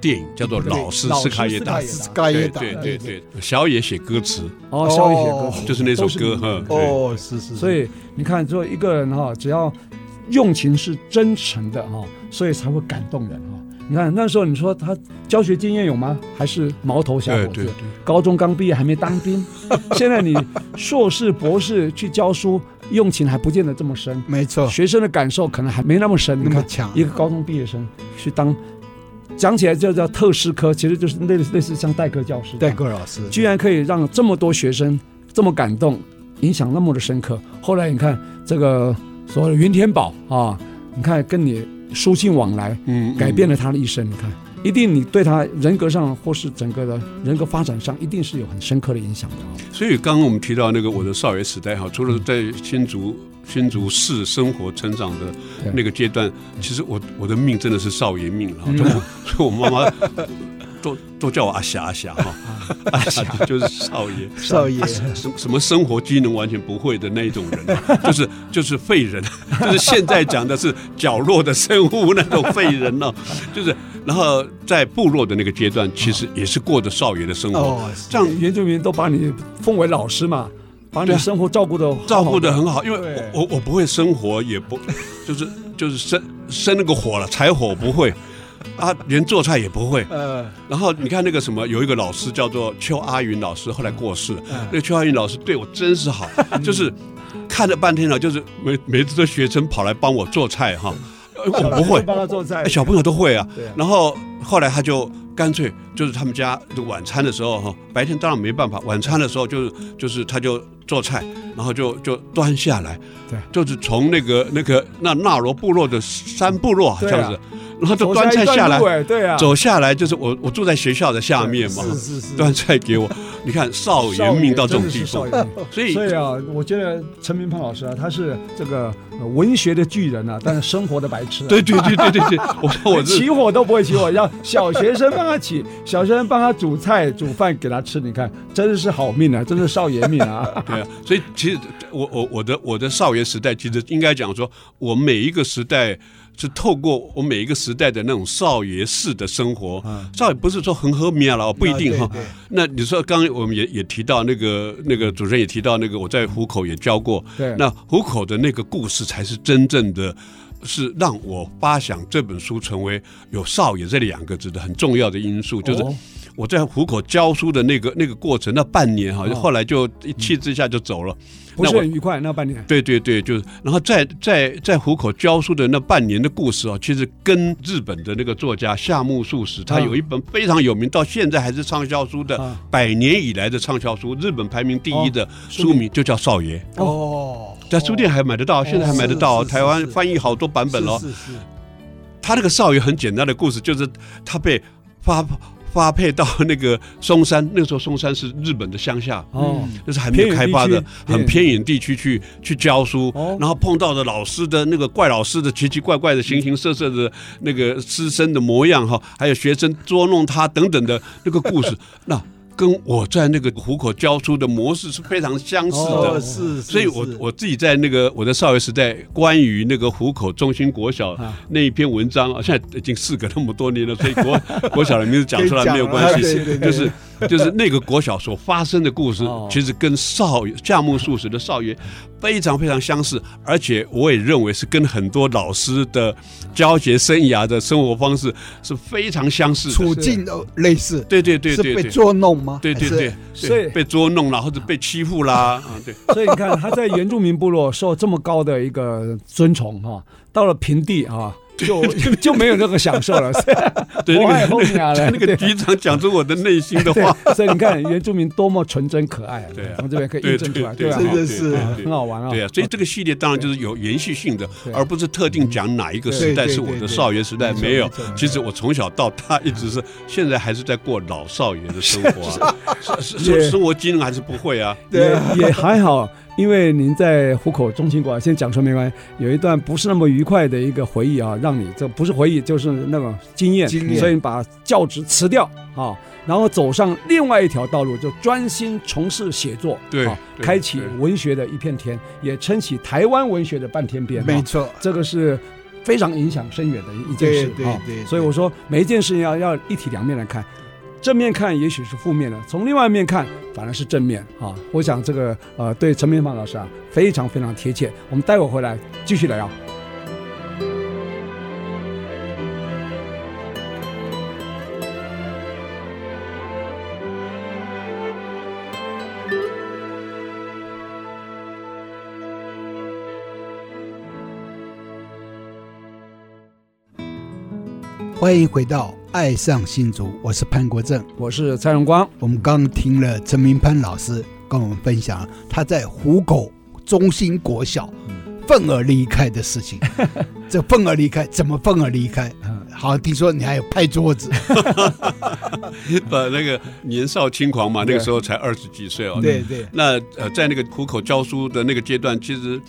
Speaker 3: 电影，叫做《老师斯卡耶达》。
Speaker 1: 斯卡耶
Speaker 3: 对
Speaker 1: 达，
Speaker 3: 对对对，小野写歌词，
Speaker 2: 哦，稍微写
Speaker 1: 哦
Speaker 2: 歌词
Speaker 3: 就是那首
Speaker 2: 都是
Speaker 3: 歌
Speaker 2: 你
Speaker 3: 哈。对
Speaker 1: 哦是是，
Speaker 2: 所以你看，做一个人哈、只要用情是真诚的哈、所以才会感动人哈、你看那时候你说他教学经验有吗？还是毛头小伙子？
Speaker 3: 对对对
Speaker 2: 高中刚毕业还没当兵，现在你硕士博士去教书，用情还不见得这么深，
Speaker 1: 没错，
Speaker 2: 学生的感受可能还没那么深。
Speaker 1: 哦
Speaker 2: 你
Speaker 1: 那么
Speaker 2: 看
Speaker 1: 强，
Speaker 2: 一个高中毕业生去当，讲起来就叫特师科，其实就是类似类似像代课教师。
Speaker 1: 代课老师
Speaker 2: 居然可以让这么多学生这么感动，影响那么的深刻。后来你看这个所谓的云天宝啊，你看跟你书信往来，
Speaker 3: 嗯，嗯
Speaker 2: 改变了他的一生。你看，一定你对他人格上或是整个的人格发展上，一定是有很深刻的影响的啊。
Speaker 3: 所以刚刚我们提到那个我的少爷时代
Speaker 1: 嗯
Speaker 3: 哈，除了在新竹新竹市生活成长的那个阶段，
Speaker 1: 嗯
Speaker 3: 其实我我的命真的是少爷命了哈，就我所以我妈妈 都都叫我阿霞阿霞哈， 阿霞就是少爷。
Speaker 1: 少爷，
Speaker 3: 什什么生活机能完全不会的那一种人 啊，就是就是废人， 就是现在讲的是角落的生物那种废人 呢、就是然后在部落的那个阶段，其实也是过着少爷的生活，
Speaker 1: 哦
Speaker 3: 这样
Speaker 2: 原住民都把你奉为老师嘛，把
Speaker 3: 对
Speaker 2: 你
Speaker 3: 啊
Speaker 2: 生活照顾的
Speaker 3: 照顾的很好，因为
Speaker 2: 对
Speaker 3: 我我我不会生火，也不 就是就是生生那个火了，柴火不会。啊，连做菜也不会。
Speaker 1: 呃
Speaker 3: 然后你看那个什么，有一个老师叫做邱阿云老师，后来过世了。那个邱阿云老师对我真是好，就是看了半天了，就是每每次都学生跑来帮我做 菜哈，呃我不会，
Speaker 2: 帮他做菜
Speaker 3: 哎，小朋友都会啊
Speaker 2: 对啊。
Speaker 3: 然后后来他就干脆就是他们家这个晚餐的时候哈，白天当然没办法，晚餐的时候就是就是他就做菜，然后就就端下来，
Speaker 2: 对，
Speaker 3: 就是从那个那个那纳罗部落的山部落好像
Speaker 2: 对
Speaker 3: 是
Speaker 2: 啊，
Speaker 3: 然后就端菜下
Speaker 2: 走一
Speaker 3: 来
Speaker 2: 段路，哎对啊，
Speaker 3: 走下来就是我我住在学校的下面嘛，
Speaker 1: 是是是，
Speaker 3: 端菜给我，你看少
Speaker 2: 少
Speaker 3: 爷
Speaker 2: 爷
Speaker 3: 命到这种
Speaker 2: 真的是
Speaker 3: 地步
Speaker 2: 少，爷命
Speaker 3: 所以
Speaker 2: 所以啊，我觉得陈明潘老师啊，他是这个呃文学的巨人啊，但是生活的白痴、啊。
Speaker 3: 对对对对对 对，我说 我是
Speaker 2: 起火都不会起火，让小学生帮他起，小学生帮他煮菜、煮饭给他吃。你看，真的是好命啊，真的是少爷命 啊！
Speaker 3: 对啊，所以其实我我我的我的少爷时代，其实应该讲说，我每一个时代是透过我每一个时代的那种少爷式的生活。少爷不是说很和面了，哦不一定哈
Speaker 1: 嗯啊对对。
Speaker 3: 那你说刚刚我们也也提到那个那个主持人也提到那个我在虎口也教过，
Speaker 2: 对
Speaker 3: 那虎口的那个故事才是真正的。是让我发想这本书成为有少爷这两个字的很重要的因素，就是
Speaker 2: 哦
Speaker 3: 我在虎口教书的那个那个过程，那半年
Speaker 2: 哦
Speaker 3: 哈，后来就一气之下就走了。
Speaker 2: 不
Speaker 3: 那
Speaker 2: 是
Speaker 3: 我
Speaker 2: 很愉快那半年。
Speaker 3: 对对对，就是，然后在在在虎口教书的那半年的故事啊，其实跟日本的那个作家夏目漱石，他
Speaker 2: 嗯
Speaker 3: 有一本非常有名，到现在还是畅销书的
Speaker 2: 嗯，
Speaker 3: 百年以来的畅销书，日本排名第一的
Speaker 2: 哦书
Speaker 3: 书名就叫《少爷》，
Speaker 1: 哦，
Speaker 3: 在书店还买得到，现在还买得到，
Speaker 1: 是是
Speaker 3: 台湾
Speaker 1: 是
Speaker 3: 翻译好多版本哦。
Speaker 1: 是是是
Speaker 3: 他那个少爷很简单的故事，就是他被发发配到那个松山，那个时候松山是日本的乡下，
Speaker 2: 哦，
Speaker 3: 就是还没有开发
Speaker 2: 偏
Speaker 3: 的
Speaker 2: 远地区
Speaker 3: 很偏远地区去去教书
Speaker 2: 哦，
Speaker 3: 然后碰到的老师的那个怪老师的奇奇怪怪的形形色色的 那个师生的模样哈，还有学生捉弄他等等的那个故事，那跟我在那个虎口教书的模式是非常相似的。
Speaker 2: 哦
Speaker 1: 呃是，
Speaker 3: 所以我我自己在那个我的少儿时代，关于那个虎口中心国小
Speaker 2: 啊
Speaker 3: 那一篇文章啊，现在已经事隔那么多年了，所以 国国小的名字讲出来
Speaker 1: 可以讲
Speaker 3: 没有
Speaker 1: 了
Speaker 3: 关系，
Speaker 1: 对对对
Speaker 3: 就是就是那个国小所发生的故事，
Speaker 2: 哦
Speaker 3: 其实跟少爷夏目漱石的少爷非常非常相似，而且我也认为是跟很多老师的教学生涯的生活方式是非常相似的。
Speaker 1: 处境都哦类似，
Speaker 3: 对对对对
Speaker 1: 是
Speaker 3: 对
Speaker 1: 被。捉弄吗？
Speaker 3: 对
Speaker 1: 还
Speaker 3: 对
Speaker 1: 是
Speaker 3: 对，
Speaker 2: 所以
Speaker 3: 对被捉弄啦，或者被欺负啦，啊，对，
Speaker 2: 所以你看，他在原住民部落受这么高的一个尊崇哈、到了平地 啊，就就没有那个享受了。所以
Speaker 3: 对
Speaker 2: 我
Speaker 3: 那
Speaker 2: 爱
Speaker 3: 个
Speaker 2: 后 面啊嘞
Speaker 3: 那个局长讲出我的内心的话，
Speaker 2: 对，所以你看原住民多么纯真可爱、啊，
Speaker 3: 对啊
Speaker 2: 我们这边可以
Speaker 3: 对
Speaker 2: 印
Speaker 3: 对
Speaker 2: 证出来，
Speaker 3: 对，
Speaker 2: 对吧、
Speaker 1: 真的
Speaker 3: 对
Speaker 1: 是
Speaker 3: 对
Speaker 2: 啊
Speaker 3: 对
Speaker 2: 很好玩啊。
Speaker 3: 对啊，所以这个系列当然就是有延续性的，
Speaker 2: 对
Speaker 3: 而不是特定讲哪一个时代
Speaker 1: 对对
Speaker 3: 是我
Speaker 1: 对
Speaker 3: 的
Speaker 1: 对
Speaker 3: 少爷时代，
Speaker 1: 没错
Speaker 3: 没有
Speaker 1: 没错没。错
Speaker 3: 其实我从小到大一直是，现在还是在过老少爷的生 活啊，生生
Speaker 2: 是
Speaker 3: 生活机能还是不会啊。
Speaker 1: 对
Speaker 2: 也
Speaker 1: 啊
Speaker 2: 也还好，因为您在虎口中心馆先讲说没关系，有一段不是那么愉快的一个回忆啊，让你这不是回忆就是那种经验，
Speaker 1: 经验
Speaker 2: 所以你把教职辞掉啊，然后走上另外一条道路，就专心从事写作，
Speaker 3: 对
Speaker 2: 啊，
Speaker 3: 对
Speaker 2: 开 启
Speaker 3: 对
Speaker 2: 文学的一片天，也撑起台湾文学的半天边、啊，
Speaker 1: 没错，
Speaker 2: 这个是非常影响深远的一件事
Speaker 1: 对对
Speaker 2: 啊
Speaker 1: 对对
Speaker 2: 所以我说每一件事情要要一体两面来看，正面看也许是负面的，从另外一面看反而是正面啊。我想这个呃对陈明芳老师啊非常非常贴切。我们待会儿回来继续聊。
Speaker 1: 欢迎回到《爱上新竹》，我是潘国正。
Speaker 2: 我是蔡荣光，
Speaker 1: 我们刚刚听了陈明潘老师跟我们分享他在虎口中心国小
Speaker 3: 嗯
Speaker 1: 愤而离开的事 情。这愤而离开，怎么愤而离开？
Speaker 3: 嗯
Speaker 1: 好，听说你还有拍桌子，
Speaker 3: 呃，那个年少轻狂嘛，那个
Speaker 2: 对
Speaker 3: 时候才二十几岁哦。
Speaker 1: 对对，
Speaker 3: 那呃，在那个苦口教书的那个阶段，其实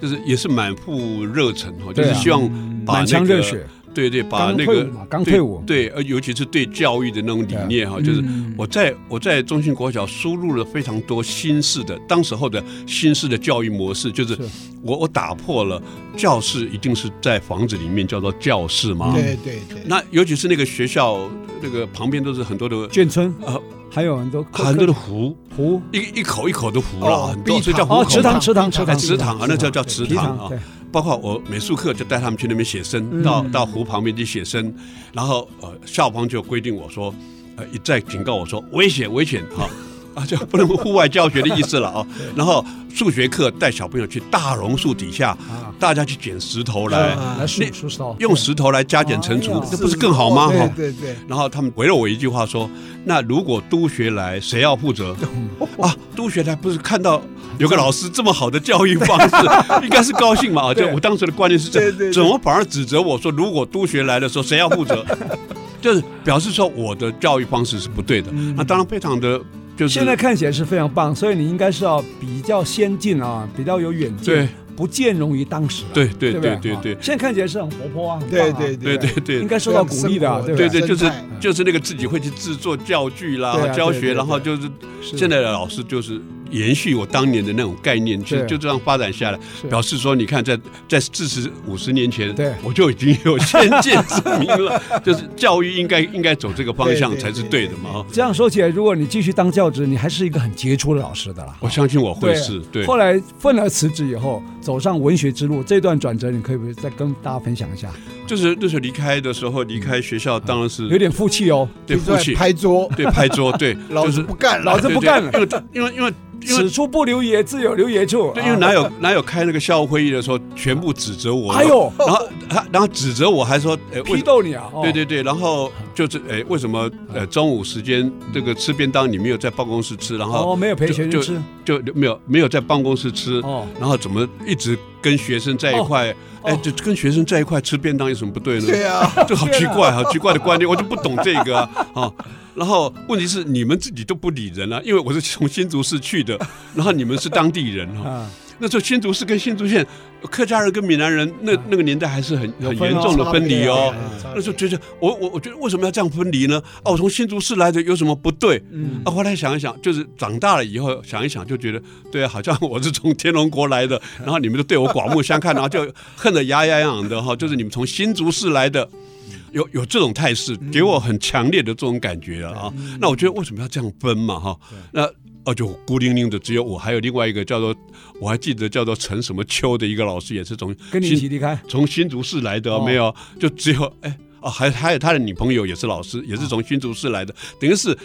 Speaker 3: 就是也是满腹热忱哦，就
Speaker 2: 对啊
Speaker 3: 是希望把
Speaker 2: 满
Speaker 3: 那
Speaker 2: 腔
Speaker 3: 个
Speaker 2: 热血，
Speaker 3: 对对，把
Speaker 2: 刚
Speaker 3: 那
Speaker 2: 退
Speaker 3: 个
Speaker 2: 伍嘛，刚退伍，啊
Speaker 3: 对，呃，尤其是对教育的那种理念哈，就是我在我在中心国小输入了非常多新式的当时候的新式的教育模式，就是
Speaker 2: 是
Speaker 3: 我我打破了教室一定是在房子里面叫做教室嘛，
Speaker 1: 对对对，
Speaker 3: 那尤其是那个学校那个旁边都是很多的
Speaker 2: 眷村
Speaker 3: 呃
Speaker 2: 还有很多
Speaker 3: 很多的湖，
Speaker 2: 湖
Speaker 3: 一一口一口的湖啦，很多
Speaker 1: 碧
Speaker 3: 所以叫
Speaker 1: 塘
Speaker 3: 湖
Speaker 2: 哦池
Speaker 3: 口
Speaker 2: 塘
Speaker 3: 嘛。
Speaker 2: 池
Speaker 3: 哎，
Speaker 2: 塘
Speaker 3: 池塘啊，那叫叫池
Speaker 2: 皮
Speaker 3: 塘
Speaker 2: 塘
Speaker 3: 啊
Speaker 2: 对。嗯
Speaker 3: 包括我美术课就带他们去那边写生，到到湖旁边去写生，然后呃校方就规定我说，呃一再警告我说危险危险哈。啊， 就不能户外教学的意思了啊。然后数学课带小朋友去大榕树底下，
Speaker 2: 啊，
Speaker 3: 大家去捡石头来，
Speaker 1: 啊
Speaker 2: 来数
Speaker 3: 那
Speaker 2: 数刀，
Speaker 3: 用石头来加减乘除
Speaker 2: 哎呀，
Speaker 3: 这不是更好吗？哦哈。
Speaker 1: 对对对，
Speaker 3: 然后他们回了我一句话说：“那如果督学来，谁要负责？” 啊，督学来不是看到有个老师这么好的教育方式，应该是高兴嘛？啊，就
Speaker 2: 对
Speaker 3: 我当时的观念是这
Speaker 1: 对对
Speaker 3: 样，
Speaker 1: 对
Speaker 3: 怎么反而指责我说，如果督学来的时候，谁要负责？ 就是表示说我的教育方式是不对的。那当然非常的就是
Speaker 2: 嗯现在看起来是非常棒，所以你应该是要比较先进啊，比较有远见，
Speaker 3: 对，
Speaker 2: 不见容于当时、啊。
Speaker 3: 对对
Speaker 2: 不
Speaker 3: 对对对
Speaker 2: 现在看起来是很活泼啊，很棒
Speaker 1: 对
Speaker 2: 啊
Speaker 1: 对
Speaker 3: 哦对对对
Speaker 2: 应。该受到鼓励的啊，
Speaker 1: 这样生活
Speaker 3: 对
Speaker 2: 不
Speaker 3: 对，
Speaker 1: 生
Speaker 3: 就是
Speaker 1: 态
Speaker 3: 就是那个自己会去制作教具啦、
Speaker 2: 对啊
Speaker 3: 教
Speaker 2: 对对
Speaker 3: 学，
Speaker 2: 对
Speaker 3: 然后就是
Speaker 2: 对？
Speaker 3: 现在的老师就是延续我当年的那种概念，其实
Speaker 2: 对
Speaker 3: 就这样发展下来。
Speaker 2: 是
Speaker 3: 表示说，你看在，在四十五十年前，
Speaker 2: 对
Speaker 3: 我就已经有先见之明 了，就是教育应该应该走这个方向
Speaker 1: 对对
Speaker 3: 才是对的嘛。哦
Speaker 2: 这样说起来，如果你继续当教职，你还是一个很杰出的老师的啦。
Speaker 3: 我相信我会
Speaker 2: 对啊
Speaker 3: 是对，
Speaker 2: 后来愤而辞职以后，走上文学之路，这段转折，你可以不可以再跟大家分享一下？
Speaker 3: 就是那时候离开的时候，离开学校当然是
Speaker 2: 嗯有点负气哦，
Speaker 3: 对
Speaker 1: 就
Speaker 3: 父
Speaker 1: 在
Speaker 3: 亲
Speaker 1: 拍桌，
Speaker 3: 对拍桌 对，
Speaker 1: 老
Speaker 3: 就
Speaker 1: 子
Speaker 3: 是
Speaker 1: 不干
Speaker 2: 老
Speaker 1: 了，
Speaker 2: 子
Speaker 3: 对
Speaker 2: 不干了，
Speaker 3: 对因为因为因为因为
Speaker 2: 此处不留爷，自有留爷处。啊
Speaker 3: 对，因为哪有哪有开那个校务会议的时候，全部指责我，
Speaker 2: 还有
Speaker 3: 然后他然后指责我还说，哎，为
Speaker 2: 批斗你啊？哦
Speaker 3: 对，对对，然后就是哎，为什么呃中午时间这个吃便当你没有在办公室吃，然后
Speaker 2: 哦，没有陪
Speaker 3: 就
Speaker 2: 学生
Speaker 3: 就
Speaker 2: 吃
Speaker 3: 就没有没有在办公室吃，
Speaker 2: 哦。
Speaker 3: 然后怎么一直跟学生在一块？
Speaker 2: 哦
Speaker 3: 哎，就跟学生在一块吃便当有什么不对呢？
Speaker 1: 对啊，
Speaker 3: 这好奇怪，好奇怪 的观念，我就不懂这个啊。啊然后问题 是你们自己都不理人啊，因为我是从新竹市去的，然后你们是当地人啊，
Speaker 2: 啊，
Speaker 3: 那时候新竹市跟新竹县客家人跟闽南人
Speaker 2: 啊
Speaker 3: 那那个年代还是很很严重的分
Speaker 1: 啊
Speaker 3: 离哦。那时候觉得我我我觉得为什么要这样分离呢？啊，我从新竹市来的有什么不对？
Speaker 2: 嗯
Speaker 3: 啊，后来想一想，就是长大了以后想一想，就觉得对啊，好像我是从天龙国来的，然后你们就对我刮目相看，然后就恨得牙痒痒的哈。就是你们从新竹市来的，有有这种态势，给我很强烈的这种感觉啊。
Speaker 2: 嗯
Speaker 3: 那我觉得为什么要这样分嘛哈？那哦，就孤零零的，只有我，还有另外一个叫做，我还记得叫做陈什么秋的一个老师，也是从
Speaker 2: 跟你一起
Speaker 3: 新
Speaker 2: 离开，
Speaker 3: 从新竹市来的，
Speaker 2: 哦
Speaker 3: 没有，就只有哎哦，还还有他的女朋友也是老师，
Speaker 1: 哦
Speaker 3: 也是从新竹市来的，等于是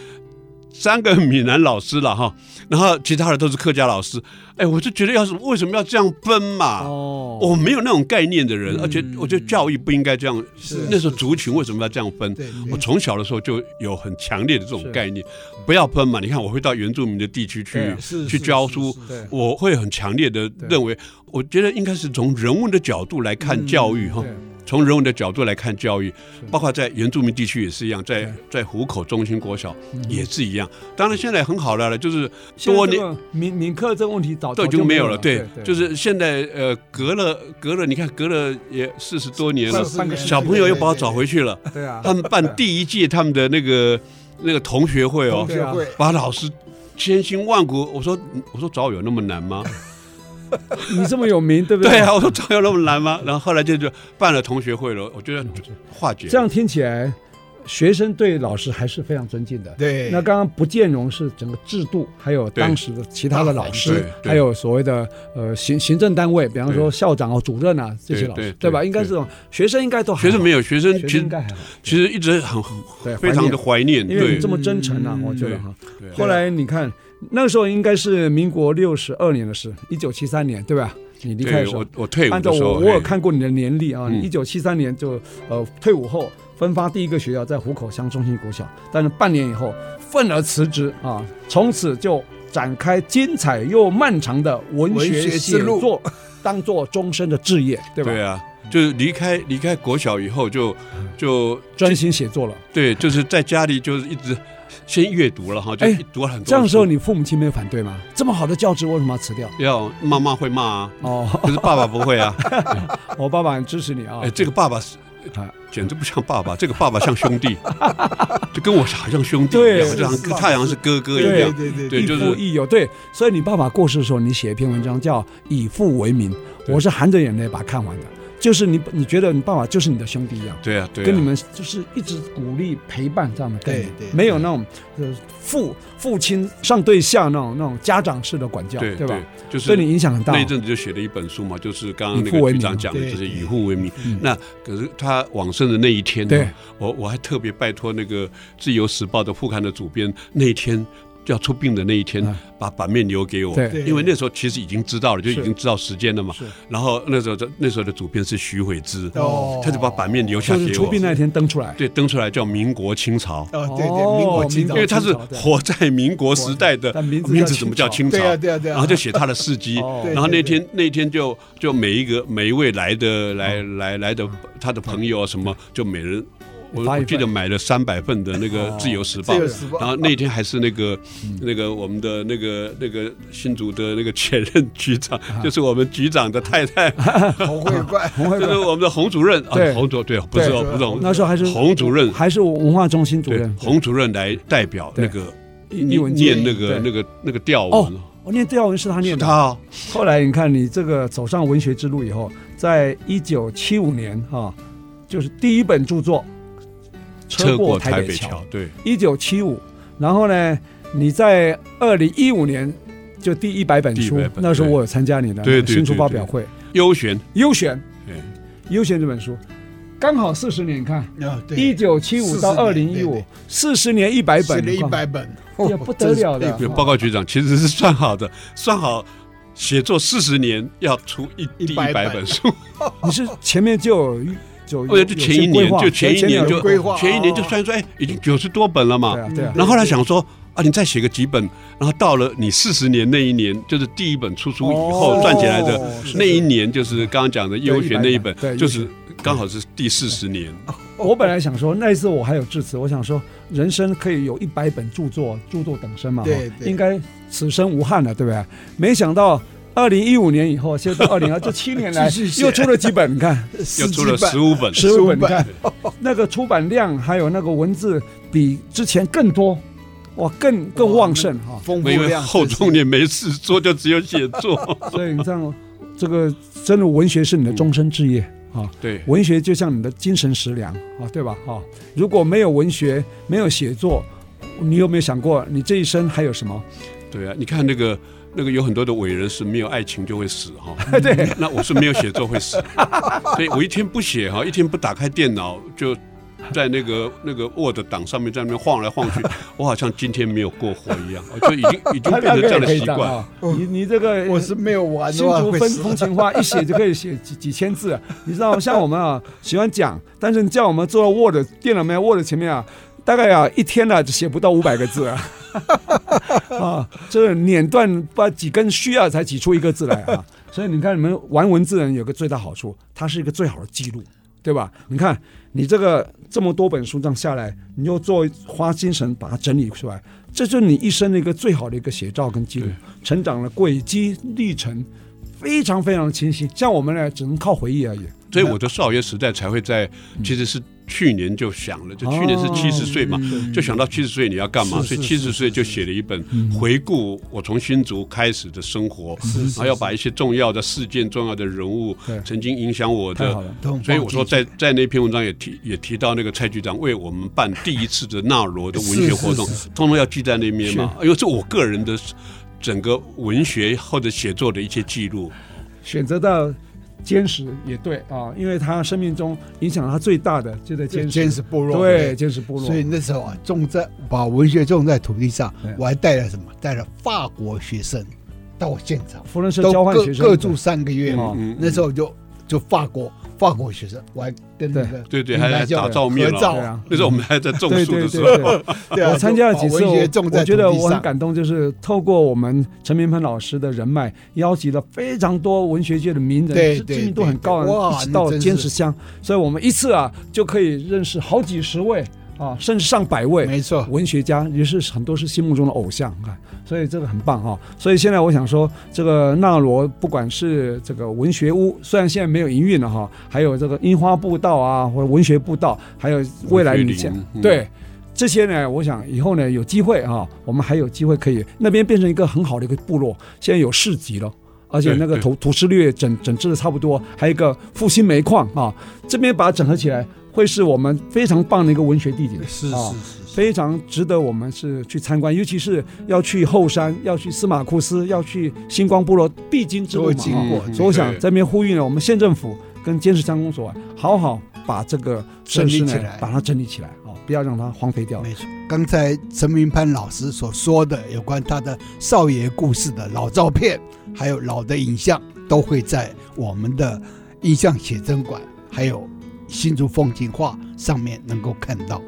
Speaker 3: 三个闽南老师了哈，然后其他的都是客家老师，哎，我就觉得要是为什么要这样分嘛？
Speaker 2: 哦
Speaker 3: 我没有那种概念的人，而且我觉得教育不应该这样。
Speaker 1: 嗯是
Speaker 3: 那时候族群为什么要这样分？
Speaker 1: 对，
Speaker 3: 我从小的时候就有很强烈的这种概念，不要分嘛。你看，我会到原住民的地区去
Speaker 2: 对
Speaker 1: 是
Speaker 3: 去教书，
Speaker 2: 对
Speaker 3: 我会很强烈的认为，我觉得应该是从人文的角度来看教育哈，
Speaker 2: 对
Speaker 3: 从人文的角度来看教育，包括在原住民地区也是一样，在在湖口中心国小也是一样。当然现在很好了了，就是
Speaker 2: 嗯现
Speaker 3: 多
Speaker 2: 在这
Speaker 3: 年
Speaker 2: 个民民课这个问题早
Speaker 3: 都已
Speaker 2: 早就
Speaker 3: 哦经没有
Speaker 2: 有
Speaker 3: 了，对
Speaker 2: 对，，对
Speaker 3: 就是现在呃，隔了隔了，你看隔了也四十多年了
Speaker 2: 半，半个世纪
Speaker 3: 小朋友又把我找回去了。
Speaker 2: 对啊，
Speaker 3: 他们办第一届他们的那个那个同学会哦
Speaker 2: 同，学
Speaker 1: 学会
Speaker 3: 把老师千辛万苦，我说我说找我有那么难吗？
Speaker 2: 你这么有名，对不
Speaker 3: 对啊，我说找我有那么难吗？然后后来就就办了同学会了，我觉得化解
Speaker 2: 嗯这样听起来，学生对老师还是非常尊敬的。
Speaker 1: 对，
Speaker 2: 那刚刚不兼容是整个制度，还有当时的其他的老师，
Speaker 3: 对对
Speaker 2: 还有所谓的呃行行政单位，比方说
Speaker 3: 对
Speaker 2: 校长啊、主任啊这些
Speaker 3: 对
Speaker 2: 老师
Speaker 3: 对，
Speaker 2: 对吧？
Speaker 3: 对
Speaker 2: 应该这种学生应该都还好
Speaker 3: 学生没有学生
Speaker 2: 学生
Speaker 3: 其实
Speaker 2: 应该还好，
Speaker 3: 其实一直很
Speaker 2: 对，
Speaker 3: 非常的怀念，
Speaker 2: 怀念因为
Speaker 3: 对
Speaker 2: 你这么真诚啊
Speaker 1: 嗯，
Speaker 2: 我觉得哈。
Speaker 3: 对
Speaker 2: 后来你看那时候应该是民国六十二年的事，一九七三年，对吧？你离开
Speaker 3: 对
Speaker 2: 的时候
Speaker 3: 我，我退伍
Speaker 2: 按照
Speaker 3: 的时候，
Speaker 2: 我我有
Speaker 3: 嘿
Speaker 2: 看过你的年历啊，
Speaker 3: 嗯
Speaker 2: 你一九七三年就呃退伍后分发第一个学校在湖口乡中心国小，但是半年以后愤而辞职啊，从此就展开精彩又漫长的文
Speaker 1: 文
Speaker 2: 学
Speaker 1: 学之
Speaker 2: 写
Speaker 1: 路
Speaker 2: 作，当做终身的志业，对吧？嗯
Speaker 3: 对啊，就是离开离开国小以后就就
Speaker 2: 专心写作了。
Speaker 3: 对，就是在家里就是一直先阅读了哈，就
Speaker 2: 哎
Speaker 3: 一读了很多书。
Speaker 2: 这样的时候，你父母亲没有反对吗？这么好的教职，为什么要辞掉？
Speaker 3: 要妈妈会骂啊，
Speaker 2: 哦，
Speaker 3: 可是爸爸不 会啊。
Speaker 2: 我爸爸很支持你啊
Speaker 3: 哎，。这个爸爸是
Speaker 2: 啊
Speaker 3: 简直不像爸爸，这个爸爸像兄弟， 就跟我好像兄弟一
Speaker 2: 对
Speaker 3: 样，就好
Speaker 1: 是
Speaker 3: 像太阳是哥哥
Speaker 2: 对
Speaker 3: 一样。
Speaker 1: 对对
Speaker 3: 对
Speaker 2: 亦
Speaker 3: 就是
Speaker 2: 父亦友，对，所以你爸爸过世的时候，你写一篇文章叫《以父为名》，
Speaker 3: 对
Speaker 2: 我是含着眼泪把它看完的。就是你，你觉得你爸爸就是你的兄弟一样，
Speaker 3: 对啊，对啊，
Speaker 2: 跟你们就是一直鼓励陪伴这样的概念，
Speaker 1: 对对
Speaker 2: 没有那种呃父父亲上对下那种那种家长式的管教，
Speaker 3: 对
Speaker 2: 吧？，
Speaker 3: 就是
Speaker 2: 对你影响很大哦
Speaker 3: 那。一阵子就写了一本书嘛，就是刚刚那
Speaker 2: 以父
Speaker 3: 个
Speaker 2: 为
Speaker 3: 局
Speaker 2: 名
Speaker 3: 长讲的，
Speaker 1: 对
Speaker 3: 就
Speaker 1: 对
Speaker 3: 是以父为名
Speaker 2: 嗯。
Speaker 3: 那可是他往生的那一天
Speaker 2: 对
Speaker 3: 呢，我我还特别拜托那个《自由时报》的副刊的主编，那一天要出殡的那一天
Speaker 2: 嗯，
Speaker 3: 把版面留给我。
Speaker 2: 对，
Speaker 1: 对
Speaker 3: 因为那时候其实已经知道了，就已
Speaker 2: 是
Speaker 3: 经知道时间了嘛
Speaker 2: 是。
Speaker 3: 然后那时候的那时候的主编是徐伟之，
Speaker 1: 哦
Speaker 3: 他就把版面留下哦
Speaker 2: 就
Speaker 3: 给
Speaker 2: 是
Speaker 3: 我。
Speaker 2: 出殡那天登出来，
Speaker 3: 对，登出来叫民国清朝，
Speaker 1: 哦，对
Speaker 2: 哦
Speaker 1: 对，民国清
Speaker 2: 民
Speaker 1: 朝
Speaker 3: 因为他是
Speaker 2: 清朝对
Speaker 3: 活在民国时代的
Speaker 2: 但名字叫
Speaker 3: 名字，怎么叫清朝？
Speaker 1: 对啊对啊对啊，
Speaker 3: 然后就写他的事迹
Speaker 2: 哦，
Speaker 3: 然后
Speaker 1: 对对
Speaker 3: 那
Speaker 1: 对
Speaker 3: 天那天就就每一个每一位来的来来来的他的朋友啊什么，就每人我
Speaker 2: 发一份
Speaker 3: 我记得买了三百份的那个《自由时报
Speaker 1: 自由时》，报
Speaker 3: 然后那天还是那个那个我们的那个那个新竹的那个前任局长，就是我们局长的太太，
Speaker 1: 红会怪，
Speaker 2: 红会
Speaker 3: 就是我们的洪主任啊
Speaker 2: 对，
Speaker 3: 洪主对，不是哦
Speaker 1: 对
Speaker 3: 不是洪
Speaker 2: 那时候还是
Speaker 3: 洪主任
Speaker 2: 还是文化中心主
Speaker 3: 对
Speaker 2: 任，
Speaker 3: 洪主任来代表
Speaker 2: 对
Speaker 3: 那个
Speaker 2: 一文
Speaker 3: 念
Speaker 2: 记
Speaker 3: 那个
Speaker 2: 对
Speaker 3: 那个那个调
Speaker 2: 哦
Speaker 3: 文，
Speaker 2: 我念调文是他念
Speaker 3: 是
Speaker 2: 的
Speaker 3: 他，哦
Speaker 2: 后来你看，你这个走上文学之路以后，在一九七五年哈、就是第一本著作《
Speaker 3: 车过台
Speaker 2: 台
Speaker 3: 北
Speaker 2: 桥
Speaker 3: 桥》，对。》，
Speaker 2: 一九七五。然后呢，你在二零一五年就第一百本
Speaker 3: 第一
Speaker 2: 书
Speaker 3: 百，本
Speaker 2: 那时候我有参加你的
Speaker 3: 对对对
Speaker 2: 新书发表会，
Speaker 3: 优选，
Speaker 2: 优选
Speaker 3: 对
Speaker 2: 优选这本书，刚好四十年，你看
Speaker 1: 啊对，
Speaker 2: 一九七五到二
Speaker 1: 40
Speaker 2: 零
Speaker 1: 年
Speaker 2: 一
Speaker 1: 对
Speaker 2: 五
Speaker 1: 对，
Speaker 2: 四十年一百
Speaker 1: 写
Speaker 2: 本，
Speaker 1: 了一
Speaker 2: 你看
Speaker 1: 百本， 哦
Speaker 2: 也不得了的
Speaker 1: 真是
Speaker 3: 有报告局长其实是算好的，算好写作四十年要出一
Speaker 1: 一
Speaker 3: 第一
Speaker 1: 百
Speaker 3: 百
Speaker 1: 本
Speaker 3: 本书，
Speaker 2: 你是前面就有就
Speaker 3: 我哦就前一年就前一年
Speaker 2: 有
Speaker 3: 就
Speaker 1: 规划
Speaker 3: 前一年就算说，哎，已经九十多本了嘛
Speaker 2: 对。啊对啊
Speaker 3: 然后后来想说。啊，你再写个几本，然后到了你四十年那一年，就是第一本出书以后
Speaker 2: 哦
Speaker 3: 赚起来的
Speaker 2: 是
Speaker 3: 那一年，就是刚刚讲的优选那一本
Speaker 2: 对100，
Speaker 3: 就是刚好是第四十年。
Speaker 2: 哦我本来想说，那一次我还有致辞，我想说，人生可以有一百本著作，著作等身嘛，
Speaker 1: 对
Speaker 2: 哈
Speaker 1: 对
Speaker 2: 应该此生无憾了，对不对？没想到二零一五年以后，现在到二零二，这七年 来
Speaker 1: 继续写
Speaker 2: 又出了几本，你看
Speaker 3: 又出了
Speaker 1: 十几
Speaker 3: 十五本，
Speaker 2: 十五本，你
Speaker 1: 本
Speaker 2: 看那个出版量还有那个文字比之前更多，哇，更更旺盛哈、
Speaker 1: 丰富
Speaker 3: 因为
Speaker 1: 量，
Speaker 3: 后中年没事做，就只有写 作。
Speaker 2: 所以你这样，这个真的文学是你的终身志业啊。
Speaker 3: 对，
Speaker 2: 文学就像你的精神食粮啊，对吧？哈、如果没有文学，没有写作，你有没有想过你这一生还有什么？
Speaker 3: 对啊，你看那个那个有很多的伟人是没有爱情就会死哈、嗯
Speaker 2: 对，
Speaker 3: 那我是没有写作会死， 所以我一天不写哈，一天不打开电脑就。在那个那个 Word 档上面在那边晃来晃去，我好像今天没有过活一样，就已经已 经
Speaker 2: 他
Speaker 3: 变成这样的习惯。
Speaker 2: 啊。你你这个
Speaker 1: 我是没有玩
Speaker 2: 新
Speaker 1: 的话
Speaker 2: 竹
Speaker 1: 啊会
Speaker 2: 风
Speaker 1: 死
Speaker 2: 风 情画一写就可以写几几千字，你知道像我们啊喜欢讲，但是你叫我们坐到 Word 电脑面 Word 前面啊，大概啊一天呢、就写不到五百个字啊， 啊，这碾断把几根须啊才挤出一个字来啊，所以你看你们玩文字人有个最大好处，它是一个最好的记录。对吧？你看，你这个这么多本书这样下来，你又做花精神把它整理出来，这就是你一生的一个最好的一个写照跟记录
Speaker 3: 对，
Speaker 2: 成长的轨迹历程非常非常的清晰。像我们呢，只能靠回忆而已。
Speaker 3: 所以我的少爷时代才会在，其实是去年就想了，就去年是
Speaker 2: 哦
Speaker 3: 七十岁嘛，就想到七十岁你要干嘛，
Speaker 2: 是
Speaker 3: 所以
Speaker 2: 是嗯
Speaker 3: 七十岁就写了一本回顾我从新竹开始的生活，然后要把一些重要的事件、重要的人物
Speaker 2: 对，
Speaker 3: 曾经影响我
Speaker 2: 太好了
Speaker 3: 的。
Speaker 1: 都
Speaker 3: 所以我说
Speaker 1: 放进
Speaker 3: 在，在那篇文章也提也提到那个蔡局长为我们办第一次的纳罗的文学活动，通通要记在那边嘛，因为这我个人的整个文学或者写作的一些记录。
Speaker 2: 选择到坚持也对啊，因为他生命中影响他最大的就在坚
Speaker 1: 去
Speaker 2: 持，
Speaker 1: 监视部落，
Speaker 2: 对坚持部落，
Speaker 1: 所以那时候啊，种在把文学种在土地上
Speaker 2: 对，
Speaker 1: 我还带了什么？带了法国学生到现场，
Speaker 2: 福伦社
Speaker 1: 都
Speaker 2: 交换
Speaker 1: 各
Speaker 2: 学生
Speaker 1: 各住三个月嘛。
Speaker 2: 嗯
Speaker 3: 嗯
Speaker 1: 那时候就就法国法国学生，我还跟那个
Speaker 3: 对对，
Speaker 1: 云
Speaker 3: 还
Speaker 1: 南
Speaker 3: 还
Speaker 1: 校
Speaker 3: 打
Speaker 1: 友
Speaker 3: 照面
Speaker 1: 合照
Speaker 2: 对啊
Speaker 3: 了。那时候我们还在种
Speaker 2: 对
Speaker 3: 树
Speaker 2: 对
Speaker 3: 的时
Speaker 2: 对
Speaker 3: 候，
Speaker 2: 对。
Speaker 1: 对啊
Speaker 2: 我参加了几
Speaker 1: 就
Speaker 2: 次，
Speaker 1: 把
Speaker 2: 我
Speaker 1: 文学种在
Speaker 2: 我觉得
Speaker 1: 土地
Speaker 2: 我很
Speaker 1: 上
Speaker 2: 感动，就是透过我们陈明潘老师的人脉，邀集了非常多文学界的名人，
Speaker 1: 对
Speaker 2: 知
Speaker 1: 对
Speaker 2: 知名度很高
Speaker 1: 对
Speaker 2: 的
Speaker 1: 对
Speaker 2: 人，
Speaker 1: 哇
Speaker 2: 一起
Speaker 1: 那
Speaker 2: 到
Speaker 1: 真是
Speaker 2: 坚持乡，所以我们一次啊就可以认识好几十位啊，甚至上百位。
Speaker 1: 没错，
Speaker 2: 文学家也是很多是心目中的偶像啊，所以这个很棒哈、所以现在我想说，这个纳罗不管是这个文学屋，虽然现在没有营运了哈、还有这个樱花步道啊，或者文学步道，还有未来你讲
Speaker 3: 文学林嗯
Speaker 2: 对。这些呢，我想以后呢有机会啊，我们还有机会可以那边变成一个很好的一个部落。现在有市集了，而且那个
Speaker 3: 对对
Speaker 2: 土土石略整整治的差不多，还有一个复兴煤矿啊，这边把它整合起来，会是我们非常棒的一个文学地点。
Speaker 1: 是
Speaker 2: 啊
Speaker 1: 是是是，
Speaker 2: 非常值得我们是去参观，尤其是要去后山，要去司马库斯，要去星光部落必经之
Speaker 1: 都
Speaker 2: 路
Speaker 1: 会
Speaker 2: 嘛。
Speaker 1: 经
Speaker 2: 哈
Speaker 1: 过
Speaker 3: 嗯嗯
Speaker 2: 所以我想
Speaker 3: 对
Speaker 2: 这边呼吁呢，我们县政府跟监视乡公所啊，好好把这个设施
Speaker 1: 整理
Speaker 2: 呢
Speaker 1: 起来
Speaker 2: 把它整理起来啊、不要让它荒废掉。
Speaker 1: 没错。刚才陈明潘老师所说的有关他的少爷故事的老照片，还有老的影像，都会在我们的印象写真馆，还有新竹风景画上面能够看到。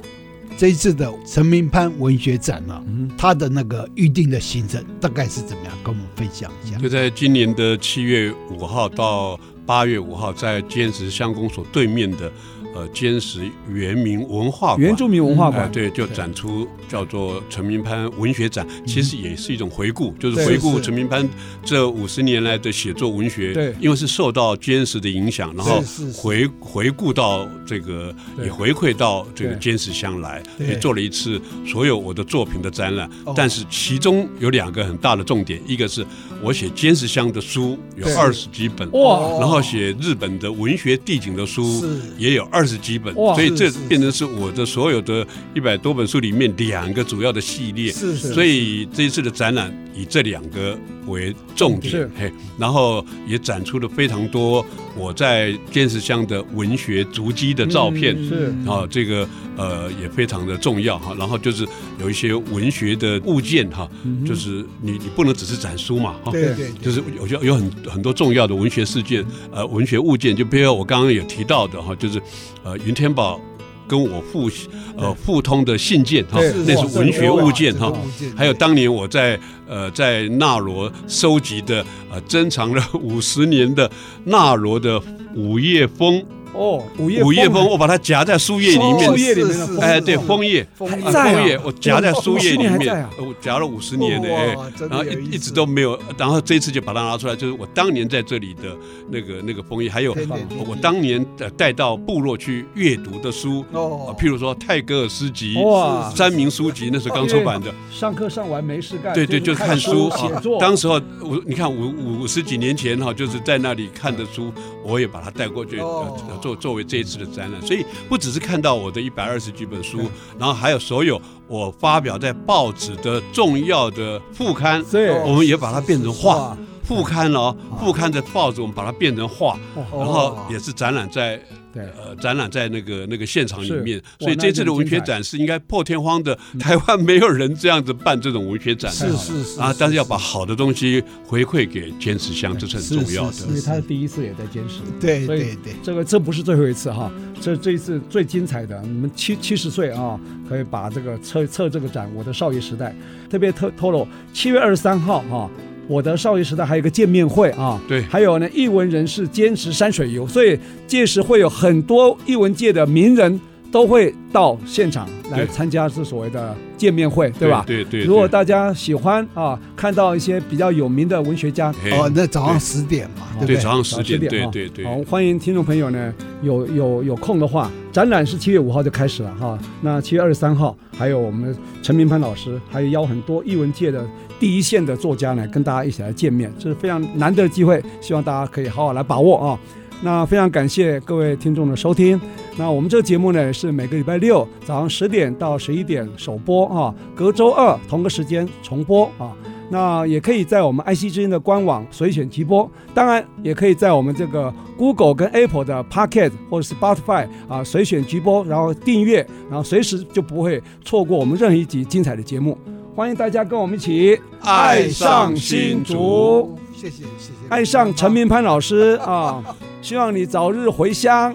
Speaker 1: 这一次的陈明潘文学展呢、啊
Speaker 2: 嗯，
Speaker 1: 他的那个预定的行程大概是怎么样？跟我们分享一下。
Speaker 3: 就在今年的七月五号到八月五号，在坚持乡公所对面的呃坚持原民文化馆。
Speaker 2: 原住民文化
Speaker 3: 哎、
Speaker 2: 馆、
Speaker 3: 对，就展出叫做陈明潘文学展，其实也是一种回顾，就
Speaker 2: 嗯
Speaker 3: 是
Speaker 2: 对
Speaker 3: 回顾
Speaker 1: 是
Speaker 3: 陈明潘这五十年来的写作文学。
Speaker 2: 对
Speaker 3: 因为是受到坚实的影响，然后
Speaker 1: 是是是
Speaker 3: 回回顾到这个，
Speaker 2: 对
Speaker 3: 也回馈到这个
Speaker 2: 对
Speaker 3: 坚持乡来，
Speaker 1: 对
Speaker 3: 也做了一次所有我的作品的展览
Speaker 1: 哦。
Speaker 3: 但是其中有两个很大的重点，一个是我写坚持乡的书有
Speaker 2: 对
Speaker 3: 二十几本，
Speaker 2: 哇
Speaker 3: 然后写日本的文学地景的书
Speaker 1: 是
Speaker 3: 也有二十几本，
Speaker 2: 哇
Speaker 3: 所以这
Speaker 1: 是是
Speaker 3: 变成是我的所有的一百多本书里面两个主要的系列。
Speaker 1: 是是，
Speaker 3: 所以这一次的展览以这两个为重点
Speaker 2: 是，
Speaker 3: 嘿，然后也展出了非常多我在电视乡的文学足迹的照片。
Speaker 2: 嗯是
Speaker 3: 啊、这个呃也非常的重要哈，然后就是有一些文学的物件哈，
Speaker 2: 嗯
Speaker 3: 就是你你不能只是展书嘛哈，
Speaker 1: 对对对，
Speaker 3: 就是有些有很很多重要的文学事件，呃，文学物件，就比如我刚刚有提到的哈，就是呃，云天宝跟我互呃互通的信件哈
Speaker 2: 对，
Speaker 3: 那
Speaker 2: 哇
Speaker 3: 是文学物件哈
Speaker 1: 这是文件，
Speaker 3: 还有当年我在呃在纳罗收集的呃珍藏了五十年的纳罗的午夜风
Speaker 2: 哦，午夜
Speaker 3: 午夜
Speaker 2: 风
Speaker 3: 风，我把它夹在树叶里面
Speaker 1: 哦
Speaker 2: 树，叶里面的
Speaker 1: 是
Speaker 2: 风
Speaker 1: 是
Speaker 3: 哎，对，枫叶，
Speaker 1: 枫
Speaker 2: 还
Speaker 3: 啊
Speaker 2: 在啊
Speaker 3: 枫叶，我夹在树叶
Speaker 2: 50
Speaker 3: 里
Speaker 2: 年还在
Speaker 3: 面呃
Speaker 2: 啊，
Speaker 3: 我夹了五十年的，哎
Speaker 1: 哇真，的
Speaker 3: 然后
Speaker 1: 有意
Speaker 3: 一
Speaker 1: 思
Speaker 3: 一直都没有，然后这次就把它拿出来，就是我当年在这里的那个那个枫叶，还有
Speaker 1: 对对对
Speaker 3: 我当年呃带到部落去阅读的书，啊
Speaker 1: 哦，
Speaker 3: 譬如说泰戈尔诗集、
Speaker 2: 哇哎
Speaker 3: 三明书籍，那是刚出版的，
Speaker 2: 上课上完没事干，
Speaker 3: 对对，就是是看书
Speaker 2: 写
Speaker 3: 啊
Speaker 2: 作。。
Speaker 3: 当时候五，你看五五五十几年前哈，就是在那里看的书，我也把它带过去，
Speaker 1: 哦
Speaker 3: 呃做作为这一次的展览。所以不只是看到我的一百二十几本书，然后还有所有我发表在报纸的重要的副刊，
Speaker 2: 对
Speaker 3: 我们也把它变成画
Speaker 2: 哇。
Speaker 3: 副刊了哦，副刊的报纸我们把它变成画，
Speaker 2: 哦
Speaker 3: 然后也是展览在
Speaker 2: 对，
Speaker 3: 呃展览在那个那个现场里面
Speaker 2: 是，
Speaker 3: 所以
Speaker 2: 哇
Speaker 3: 这次的
Speaker 2: 那很
Speaker 3: 文
Speaker 2: 精
Speaker 3: 学
Speaker 2: 彩
Speaker 3: 展是应该破天荒的，台湾没有人这样子办这种文学展，
Speaker 1: 是是是
Speaker 3: 啊，但是要把好的东西回馈给坚持乡，这是很重
Speaker 1: 是
Speaker 3: 要的
Speaker 1: 是。
Speaker 2: 因为他是第一次也在监视。
Speaker 1: 对
Speaker 2: 所以
Speaker 1: 对对，
Speaker 2: 这个这不是最后一次哈，这这一次最精彩的，你们七七十岁啊，可以把这个测测这个展《我的少爷时代》，特别透透露，七月二十三号哈、我的少爷时代还有一个见面会啊，
Speaker 3: 对
Speaker 2: 还有呢，艺文人士坚持山水游，所以届时会有很多艺文界的名人都会到现场来
Speaker 3: 对
Speaker 2: 参加这所谓的见面会，对吧？
Speaker 3: 对对。
Speaker 2: 如果
Speaker 3: 对
Speaker 2: 大家喜欢啊，看到一些比较有名的文学家，
Speaker 3: 嘿
Speaker 1: 哦，那早上十点
Speaker 2: 啊
Speaker 1: 嘛，对不
Speaker 3: 对
Speaker 1: 对？
Speaker 3: 早上十点，
Speaker 2: 10
Speaker 3: 对
Speaker 2: 啊
Speaker 3: 对对。
Speaker 2: 好，欢迎听众朋友呢，有有有空的话，展览是七月五号就开始了哈。那七月二十三号，还有我们陈明潘老师，还有邀很多艺文界的第一线的作家呢，跟大家一起来见面，这是非常难得的机会，希望大家可以好好来把握啊。那非常感谢各位听众的收听。那我们这个节目呢是每个礼拜六呃早上十点到十一点首播啊，隔周二同个时间重播啊。那也可以在我们爱惜之音的官网随选直播，当然也可以在我们这个 Google 跟 Apple 的 Pocket 或者 Spotify 啊随选直播，然后订阅，然后随时就不会错过我们任何一集精彩的节目。欢迎大家跟我们一起
Speaker 3: 爱上新竹，
Speaker 1: 谢谢谢谢，
Speaker 2: 爱上陈明潘老师啊！希望你早日回乡。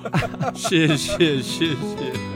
Speaker 3: 谢谢谢谢。